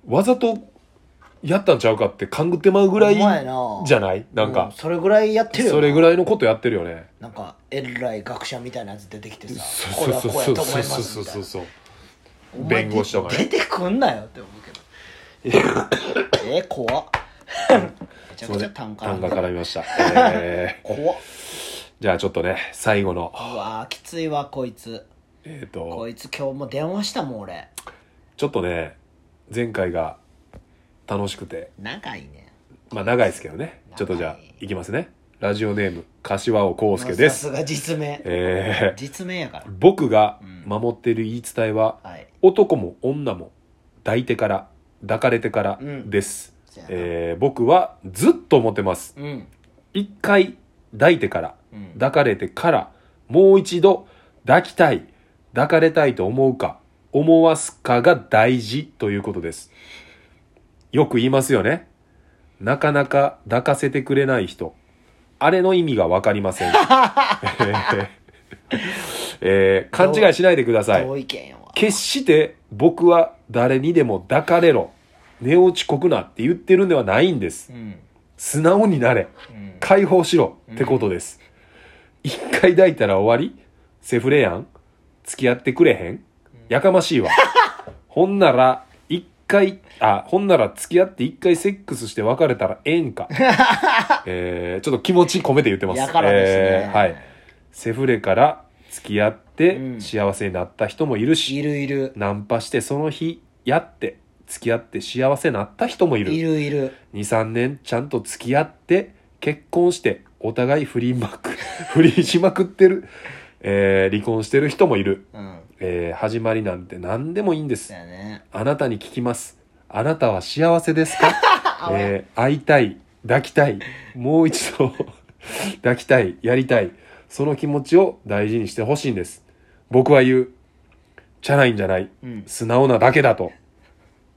わざとやったんちゃうかって勘ぐってまうぐらい
ほんまやな
じゃないなん
う
か、
それぐらいやってるよ
それぐ
い
らいのことやってるよね
なんかえらい学者みたいなやつ出てきてさ
そ
こ
う
れは
そ
こ
うう
や
そ
と
う
思い
そう
ま
そう
す
そ
みたいうな
そう
お前
弁護士とか
出
ね
てくんなよって思うけど えー、怖っめち
す
ゃ
いま
くち
せ
ゃ
ん
単価
単価絡みました、 え
怖っ
ー、じゃあちょっとね最後の
うわーきついわこいつ
えっ、
こといつ今日も電話したもん俺
ちょっとね前回が楽しくて
仲いいね
まあ長いですけどね。ちょっとじゃあ
長い、
いきますね。ラジオネーム、柏尾康介で
も
す。
うさすが実名。
え
実名やから
ー、。僕が
うん
守っている言い伝えは、
はい。
男も女も抱いてから、抱かれてから
うん
です。
そやな
えー、僕はずっと思ってます。
うん。
一回抱いてから、
うん。
抱かれてから、もう一度抱きたい、抱かれたいと思うか、思わすかが大事ということです。よく言いますよね。なかなか抱かせてくれない人。あれの意味がわかりません。 えー、勘違いしないでください。
同意見やわ。
決して僕は誰にでも抱かれろ。寝落ちこくなって言ってるんではないんです
う。ん。
素直になれ。
うん。
解放しろってことです。一回抱いたら終わりセフレやん付き合ってくれへんやかましい わ。ほんなら、一回、あ、ほんなら付き合って一回セックスして別れたらええん か。えー、ちょっと気持ち込めて言ってます。
やからですね
えーはい。セフレから付き合って
うん
幸せになった人もいるし、
いるいる。
ナンパしてその日やって付き合って幸せになった人もいる。
いるいる。
23年ちゃんと付き合って結婚してお互い不倫まく 不倫しまくってる、えー離婚してる人もいる、
うん。
えー始まりなんて何でもいいんで
そ
す
やね。
あなたに聞きますあなたは幸せですか、
あ、おや
えー会いたい抱きたいもう一度 抱きたいやりたいその気持ちを大事にしてほしいんです僕は言うじゃないんじゃない
うん。
素直なだけだと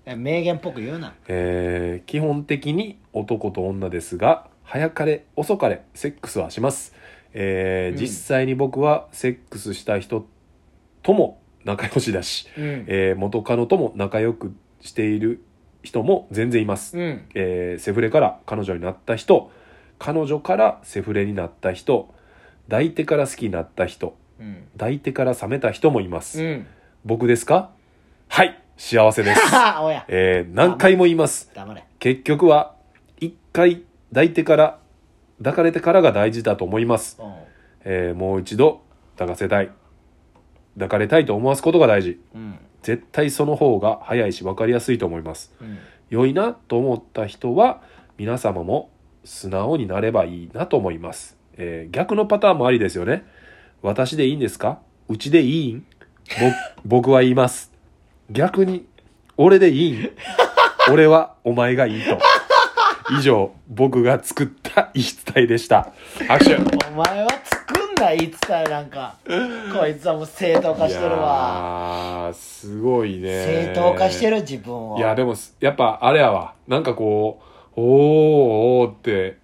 名言っぽく言うな。
えー基本的に男と女ですが早かれ遅かれセックスはします、えー
うん
実際に僕はセックスした人とも仲良しだし、
うん。
えー元カノとも仲良くしている人も全然います、
うん。
えーセフレから彼女になった人彼女からセフレになった人抱いてから好きになった人
うん。
抱いてから冷めた人もいます、
うん。
僕ですかはい幸せです、
あ、おや。
えー何回も言います
黙れ。
結局は一回抱いてから抱かれてからが大事だと思います、
う
えーもう一度抱かせたい抱かれたいと思わすことが大事
ん。うん。
絶対その方が早いし分かりやすいと思います
うん。
良いなと思った人は皆様も素直になればいいなと思います、えー逆のパターンもありですよね私でいいんですかうちでいいんぼ 僕は言います逆に俺でいいん 俺はお前がいいと以上僕が作った言い伝えでした拍手
お前は作んない言い伝えなんか。こいつはもう正当化してるわ。
いやーすごいね
正当化してる自分を。
いや、でもす、やっぱあれやわ。なんかこう、おー、おーって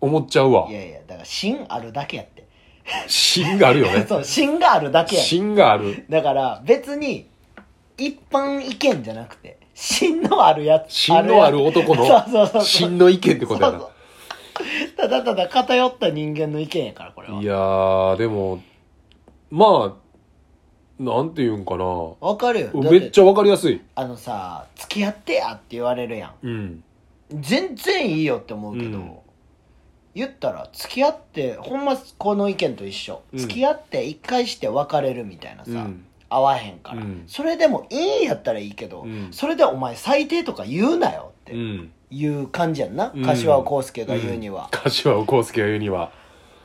思っちゃうわ
い。やいや、だから芯あるだけやって。
芯があるよね。
そう、芯があるだけやね
芯がある。
だから別に、一般意見じゃなくて、芯のあるやつ。
芯のある
や
男の
そうそうそう
芯の意見ってことや
そう
な。。
つただただ偏った人間の意見やから、これはい
やー、でも、まあ、なんていうんかな。
わかるよ。
めっち
ゃ。
ゃわかりやすい。
あのさ、付き合ってやって言われるやん。
うん。
全然いいよって思うけど、
うん
言ったら付き合ってほんまこの意見と一緒、
うん
付き合って一回して別れるみたいなさ、
うん
合わへんから、
うん
それでもいいやったらいいけど、
うん
それでお前最低とか言うなよっ
う
て
ん。
いう感じやんな、
うん
柏尾康介が言うには、
柏尾康介が言うには。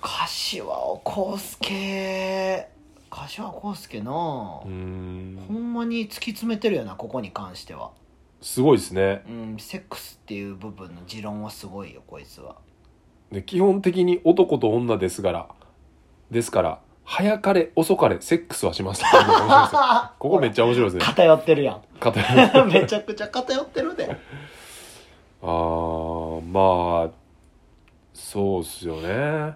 柏尾康介柏尾康介の
うー
ほ
ん。
んまに突き詰めてるよなここに関しては
すごいですね。
うんセックスっていう部分の持論はすごいよこいつは
で基本的に男と女ですから、ですから、早かれ遅かれセックスはし ますっていうのが面白いですよここめっちゃ面白いですね。
偏っ てるやん
偏る
めちゃくちゃ偏ってるで
あーまあそうっすよね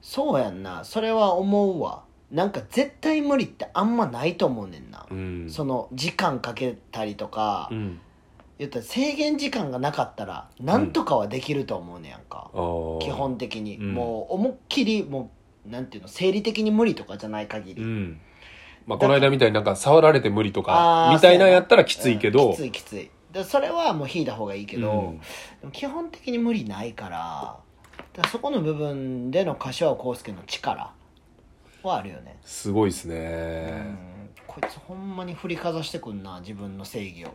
そうやんなそれは思うわなんか絶対無理ってあんまないと思うねんな、
うん
その時間かけたりとか、
うん
言ったら制限時間がなかったらなんとかはできると思うねやんか
あ、ー
基本的に、
うん
もう思いっきりもうなんていうの生理的に無理とかじゃない限
う
り、
んまあこの間みたいになんか触られて無理とか
あー
みたいなんやったらきついけど
きついきついでそれはもう引いた方がいいけど、
うん
でも基本的に無理ないからだからそこの部分での柏尾康介の力はあるよね、
すごいっす
うん
ね
こいつほんまに振りかざしてくんな自分の正義を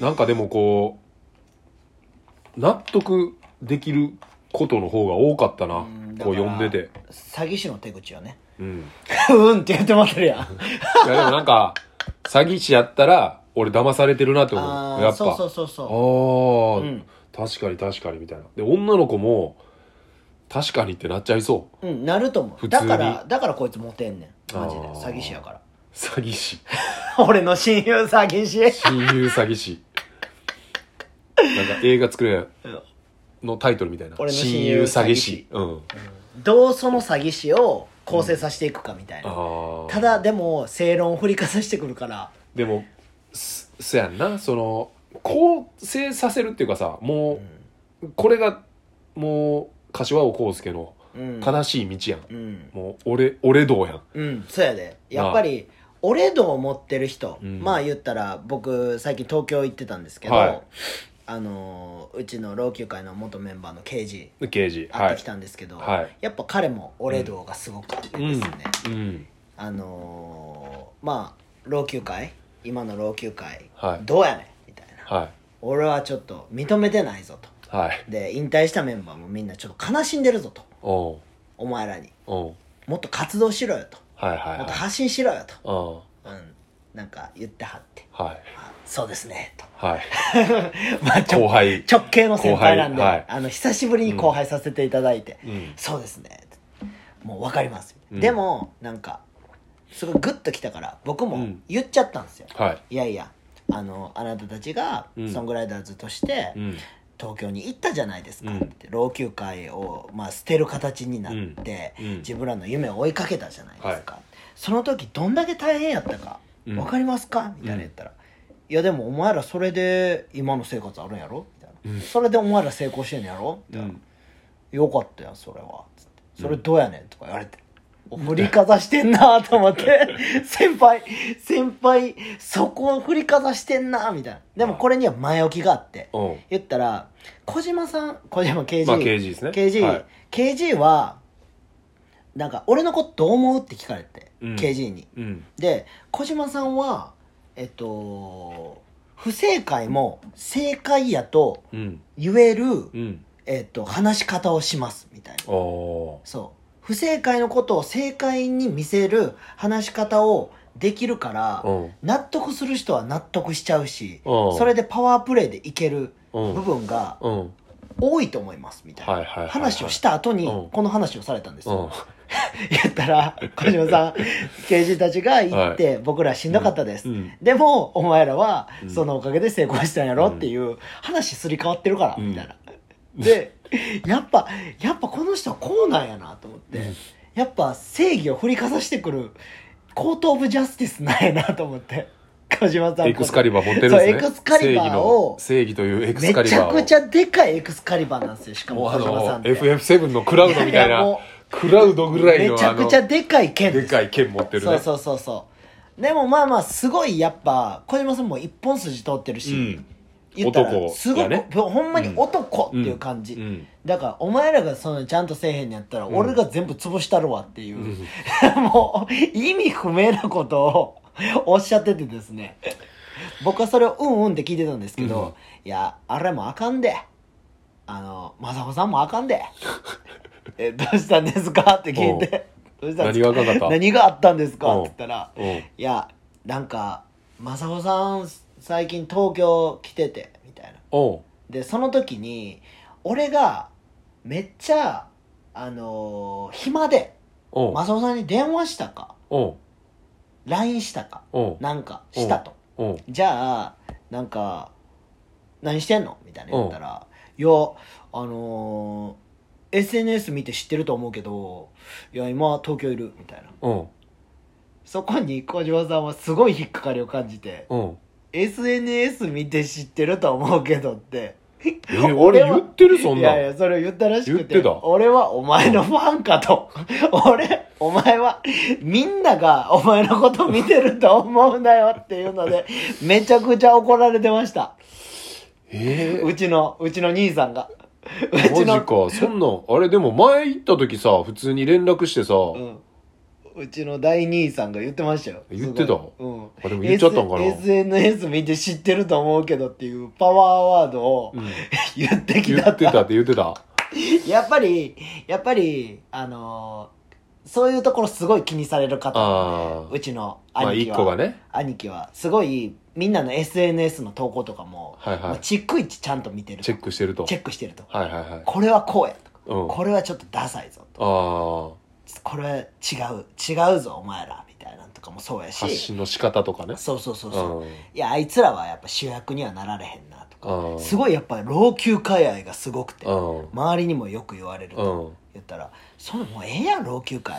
なんかでもこう納得できることの方が多かったな、
うん
こう
だか
読
ら
んでて
詐欺師の手口 よね
うん
うんって言ってもらってるやんあ
いやでもなんか詐欺師やったら俺騙されてるなって思
あ
う
ー
やっぱ
そうそうそうそ
ああ、
うん
確かに確かにみたいなで女の子も確かにってなっちゃいそう
ううんなると思
普通
うだ
に
からだからこいつモテんねんマジで
あー
詐欺師やから
詐欺師
俺の親友詐欺師
親友詐欺師なんか映画作れのタイトルみたいな
俺の親友詐欺師
うん
どうその詐欺師を構成させていくかみたいな、
あ
た
あ
だでも正論を振りかざしてくるから
でもすそやんなその構成させるっていうかさもう、これがもう柏尾康介の
うん
正しい道やん、
うん、
もう俺俺どうやん
うん、そうやでやっぱり俺度を持ってる人、
うん
まあ言ったら僕最近東京行ってたんですけど、
はい
あのーうちの老朽会の元メンバーの刑事
刑事
会
は
って
い
きたんですけど、
はい
やっぱ彼も俺度がすごくあってですね、
うん
あのーまあ老朽会今の老朽会、
はい
どうやねんみたいな
は
俺はちょっと認めてないぞと
いはい
で引退したメンバーもみんなちょっと悲しんでるぞと
おう
お前らに
おう
もっと活動しろよと
はいはい
もっと
はい
発信しろよと、
うん
うん、なんか言ってはって
はい
あそうですねと
はい
まあち
後
ょ
輩
直系の先輩なんで、
後輩はい
あの久しぶりに後輩させていただいて、
うん
そうですねもう分かります、
うん
でもなんかすごいグッときたから僕
う
も
ん
言っちゃったんですよ、
はい
いやいやあのあなたたちが
うん
ソングライダーズとして
うん
東京に行ったじゃないですか、
うん
って老朽会を、まあ、捨てる形になって、
うんうん
自分らの夢を追いかけたじゃないですか、その時どんだけ大変やったか
うん
分かりますか、みたいな言ったら「いやでもお前らそれで今の生活あるんやろ?」みたいな、
うん
それでお前ら成功してんやろ?」み
う
たいな、
ん
よかったやんそれは」つって「それどうやねん」とか言われて。お振りかざしてんなと思って 先輩先輩そこを振りかざしてんなみたいなでもこれには前置きがあって
おう
言ったら小島さん小島刑事、
まあ刑事ですね
刑事、
はい
刑事はなんか俺のことどう思うって聞かれて、
うん
刑事に
うん
で小島さんはえっと不正解も正解やと
うん
言える、
うん
えっと話し方をしますみたいな
お
そう不正解のことを正解に見せる話し方をできるから、
おうん
納得する人は納得しちゃうし、
うん
それでパワープレイでいける
うん
部分が
うん
多いと思いますみたい
はいはい
な
はいはい
話をした後に
うん
この話をされたんです
う
よ
ん
言った ら小島さん刑事たちが行って僕らしんどかったです
うん
でもお前らは
うん
そのおかげで成功したんやろっていう話すり替わってるから
うん
みたいなでやっぱやっぱこの人はこうなんやなと思ってやっぱ正義を振りかざしてくるコート・オブ・ジャスティスなんやなと思って小島さん
エクスカリバー持ってるん
そう
ですね
エクスカリバーを
正義の正義というエクス
め
カリ
ちゃ
バーを
くちゃでかいエクスカリバーなんですよしか
も
も
うあ
小島さん
の
って
FF7 のクラウドみたい
いやいや
な
も
クラウドぐらいの
めちゃくち
あ
ゃ
の
でかい剣
ですかい剣持ってるね
そうそうそうそうでもまあまあすごいやっぱ小島さんも一本筋通ってるし、
うん
言った
男
らすご
や
い、
ね
ほんまに男っていう感じ、
うん
だからお前らがそのちゃんとせえへんのやったら
ん
俺が全部潰したるわっていう、
ん
もう意味不明なことをおっしゃっててですね僕はそれをうんうんって聞いてたんですけど、いやあれもあかんであの正穂さんもあ かんでえどうしたんですかって聞いてどうしたんです
何
か
が赤かった
何があったんですか
うん
って言ったら
うん
いやなんか正穂さん最近東京来ててみたいな
おう
でその時に俺がめっちゃあのー暇で
おう
マサオさんに電話したか
おう
LINE したか
おう
なんかしたと
おう
じゃあなんか何してんのみたいな言ったら「いやあのー SNS 見て知ってると思うけどいや今東京いる」みたいな
おう
そこに小島さんはすごい引っかかりを感じて
おう
「SNS 見て知ってると思うけど」って
え俺
は
言ってるそん
い
な
やい
ん
や、それを言ったらしくて。
言ってた
俺はお前のファンかと。 俺、お前は、みんながお前のこと見てると思うなよっていうので、 めちゃくちゃ怒られてました。
えー
うちの、うちの兄さんが。う
マ
ち
ジ
の、
かそんなんあれでも前行った時さ普通に連絡してさ
うんうちの第二位さんが言ってましたよ
言ってた
すごい
あで
う
も
ん
言っちゃったんかな、
S- SNS 見て知ってると思うけどっていうパワーワードを
うん、
言ってき
言
た
っ
ってた
たって言ってた
やっぱり、やっぱり、あのーそういうところすごい気にされる方なん
あー
で、うちの
まあ
兄貴
一
は。
個がね
兄貴は、すごい、みんなの SNS の投稿とかも、
はいは
もう
い
ちっくいちちゃんと見てると。
チェックしてると
チェックしてると。
はいはいはい
これはこうやとか、
うん
これはちょっとダサいぞと。
あ
これは違う、違うぞお前ら、みたいなのとかもそうや
あ発
し、
信の仕方とかね
そうそうそう
う
そ
ん
う。いや、あいつらはやっぱ主役にはなられへんなとか、
うん
すごいやっぱり老朽化愛がすごくて、
うん
周りにもよく言われると。
うん
言ったら「そんなもうええやん老朽化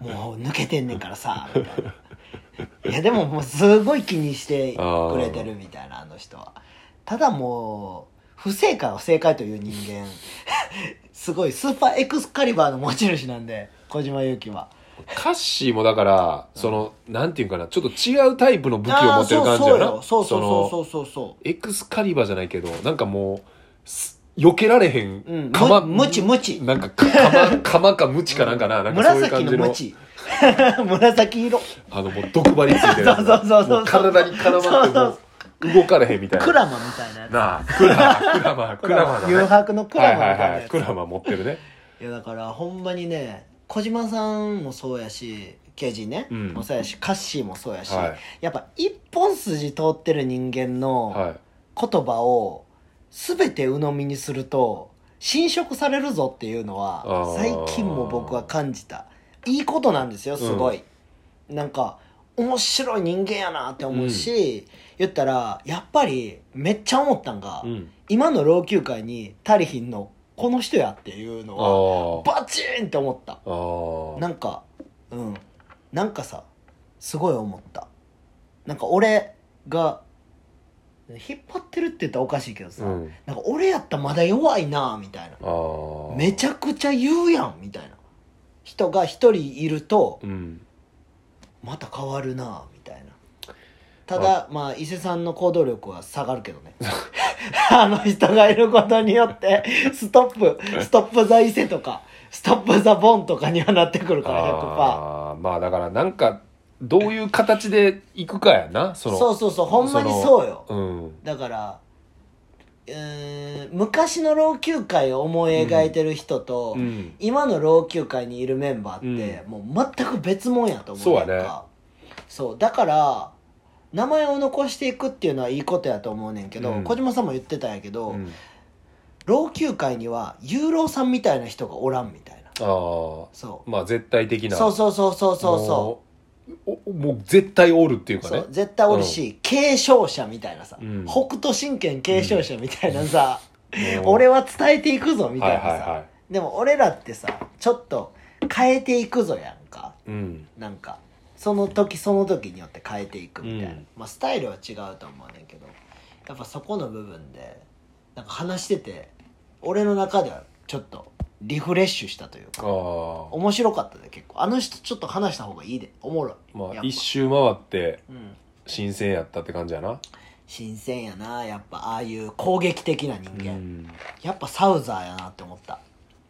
もう抜けてんねんからさ」みたいな「いやでももうすごい気にしてくれてる」みたいなあの人はただもう不正解を正解という人間 すごいスーパーエクスカリバーの持ち主なんで小島勇気は
カッシーもだからそのなんていうんかなちょっと違うタイプの武器を持ってる感じや
あー
な
そうそうよ
そ
そ
の
うそうそうそうそ
エクスカリバーじゃないけどなんかもうす避けられへ
ううん
ん
む無知無知
なんかか鎌鎌か無知かなんかななんかそういう
紫
感じ
の
の
無知 紫色
あのもう毒針ついてるやつ
そうそうそうそう
も体に絡まってもう動かれへんみたいな
クラマみたいなやつ
なあクラクラ マクラマだね
誘白のクラマみたいなやつ、
はいはいはいクラマ持ってるね
いやだからほんまにね小島さんもそうやしケージね、
うん
もそうやしカッシーもそうやし、
はい
やっぱ一本筋通ってる人間の
はい
言葉を全て鵜呑みにすると侵食されるぞっていうの
あー
は最近も僕は感じたいいことなんですよすごい、なんか面白い人間やなって思うし、言ったらやっぱりめっちゃ思ったんが、
うん
今の老朽化に足りひんのこの人やっていうの
あ
は
ー
バチーンって思った
あー
なんかうんなんかさすごい思ったなんか俺が引っ張ってるって言ったらおかしいけどさ、
うん
なんか俺やったらまだ弱いなみたい
あー
なめちゃくちゃ言うやんみたいな人が一人いると
うん
また変わるなみたいなただまあ伊勢さんの行動力は下がるけどね あの人がいることによってストップストップ・ザ・伊勢とかストップ・ザ・ボンとかにはなってくるから
あーまあだからなんかどういう形でいくかやなそ
100%
の
そうそうそうほんまにそうよ
うん
だからうーん昔の老朽化を思い描いてる人と、
うん
今の老朽会にいるメンバーって、
う
もう全く別物やと思う
そうや
ね
ね
んかそうだから名前を残していくっていうのはいいことやと思うねんけど、
うん
小島さんも言ってたんやけど、
うん
老朽会にはユーロさんみたいな人がおらんみたいな
ああ
そう
まあ絶対的な
そうそうそうそうそうそ
もうおもう絶対おるっていう
う
かね
絶対おるし、継承者みたいなさ、
うん
北斗神拳継承者みたいなさ、
もう
俺は伝えていくぞみたいなさ、
はいはいは
でも俺らってさちょっと変えていくぞやんか
いうん
なんかその時その時によって変えていくみたいな、
うん
まあ、スタイルは違うと思うねんけどやっぱそこの部分でなんか話してて俺の中ではちょっとリフレッシュしたという
ああ
か面白かったで結構あの人ちょっと話した方がいいでおもろい、
ま
やっ
あ
ぱ
一周回って
うん、
新鮮やったって感じやな
新鮮やなやっぱああいう攻撃的な人
う
間、
ん
やっぱサウザーやなって思った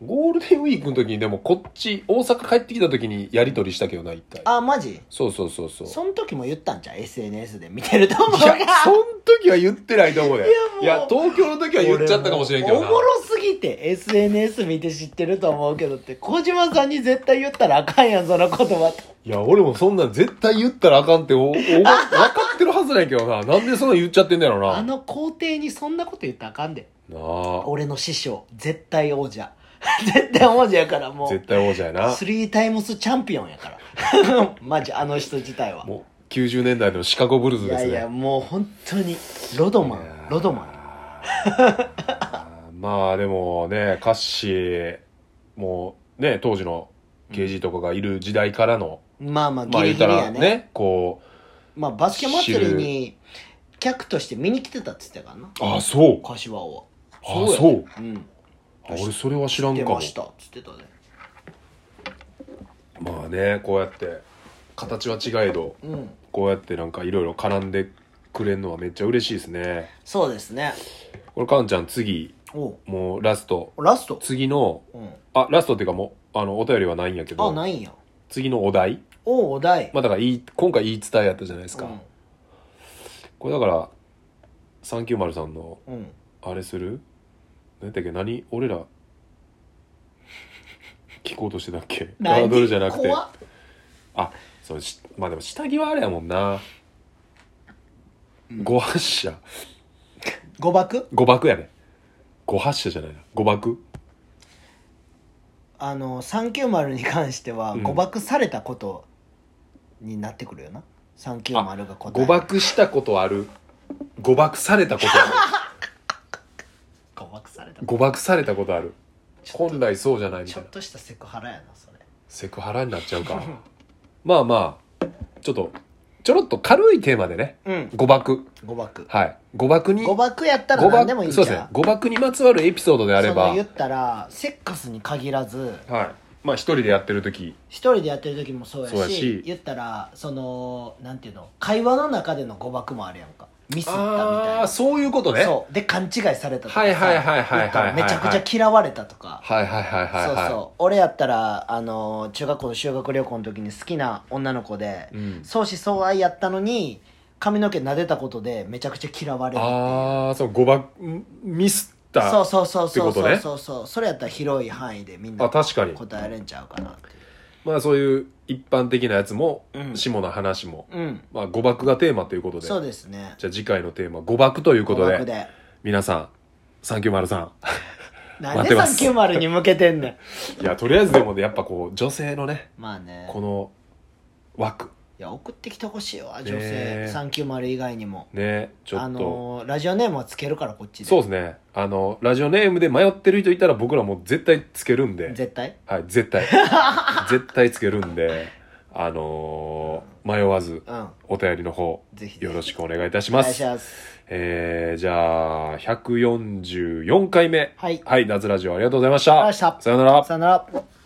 ゴールデンウィークの時にでもこっち大阪帰ってきた時にやり取りしたけどな一回
あマジ
そうそうそうそう
その時も言ったんじゃん SNS で見てると思う
い
が
やそん時は言ってないと思うで
いやもう
いや東京の時は言っちゃったかもしれんけど
俺
な
もおもろすぎて SNS 見て知ってると思うけどって小島さんに絶対言ったらあかんやんその言葉って
いや、俺もそんなん絶対言ったらあかんってお、お、分かってるはずなんやけどな。なんでそんなん言っちゃってんだろう
あ
な。な
の皇帝にそんなこと言ったらあかんで
あ。
俺の師匠絶対王者 絶対王者やからも
絶
う
対王者やな。
スリータイムスチャンピオンやから マジあの人自体は
もう、90年代のシカゴブルーズ
い
です
や
ね。
いやもう本当にロドマ
いや
ン
ー
ロドマ
あーまあでもね、カッシー、もうね、当時の KG とかがいる時代からの、
ンまあまあ
ま
ギ
あ言っ
リギ
た
リや
ら
ね,、
ね、こ
まあバスケ祭りに客として見に来てたって言ってたからな
う、あ、そう。
柏は
あ、
や
そう。
うん
あ俺それは知らん
出
かも
ま。したっつってたね
まあね、こうやって、形は違えど、
うん
こうやってなんかいろいろ絡んでくれるのはめっちゃ嬉しいですね
そうですね
これかんちゃん次
お
もうラスト
ラスト
次の
うん
あラストっていうかもうあのお便りはないんやけど
あないんや
次のお題。
おお題、
まあだからいい、今回言い伝えやったじゃないですか。これだから、390さんの、
うん、うん、
あれする何だっけ何俺ら、聞こうとしてたっけガードルじゃなくて。
怖っ
あ、そうし、まあでも下着はあれやもんな。
うん
ご発射。
誤爆
誤爆やね。ご発射じゃないな。誤爆
あの390に関しては
うん
誤爆されたことになってくるよな、390が答え
誤爆したことある。誤爆されたことあ
誤爆された
る。誤爆されたことある。
ちょっ
本来そうじゃない
と
み
ち
た
ょ
い
っ
な。
としたセクハラやなそれ
セクハラになっちゃうか。まあまあ、ちょっと、ちょろっと軽いテーマでね。
うん
誤爆。
誤爆
はい。誤爆に、
誤爆やったら何でもいいんじ
そ
ゃ
うんですね。誤爆にまつわるエピソードであれ
その
ば、
言ったらセッカスに限らず
はい。まあ一人でやってる時
一人でやってる時もそうやし
そうやし
言ったらそのなんていうの会話の中での誤爆もあるやんかミスったみたい
ああ、
な
そういうことね。
そうで勘違いされたとかさ
はいはいはいはいはいはい
言ったらめちゃくちゃ嫌われたとか
はいはいはいはいはい。
そうそう俺やったらあの中学校の修学旅行の時に好きな女の子で、
うん
相思相愛やったのに髪の毛撫でたことでめちゃくちゃ嫌われるっていう
ああ、そう、誤爆、んミスった。
そうそうそうそう
って
そ
こと
う
ね
そうそう、それやったら広い範囲でみんな
あ確かに
答えれんちゃうかなってい
まあそういう一般的なやつも、
うん
下の話も、
ううん
まあ誤爆がテーマということで。
そうですね
じゃあ次回のテーマ、誤爆ということ
誤
で、
爆で
皆さん、サンキューマルさん。
なん
待って
で
ます
390に向けてんね ん
いや、とりあえずでもね、やっぱこう、女性のね、
まあね
この枠、
いや送ってきてほしいわ女性
ね
390以外にも
ね、ちょっと。
あのーラジオネームはつけるからこっちで
そうですね。あの、ラジオネームで迷ってる人いたら僕らもう絶対つけるんで。
絶対
はい、絶 対。絶対つけるんで、あのー迷わず、
うん
お便りの方、
ぜひぜひ
よろしくお願いいたし
お
ま
願い
す
し。ます
えー、じゃあ、144回目。
はい
はい、夏ラジオありがとうございまし
あ
た。
りがとうございました
さよなら。
さよなら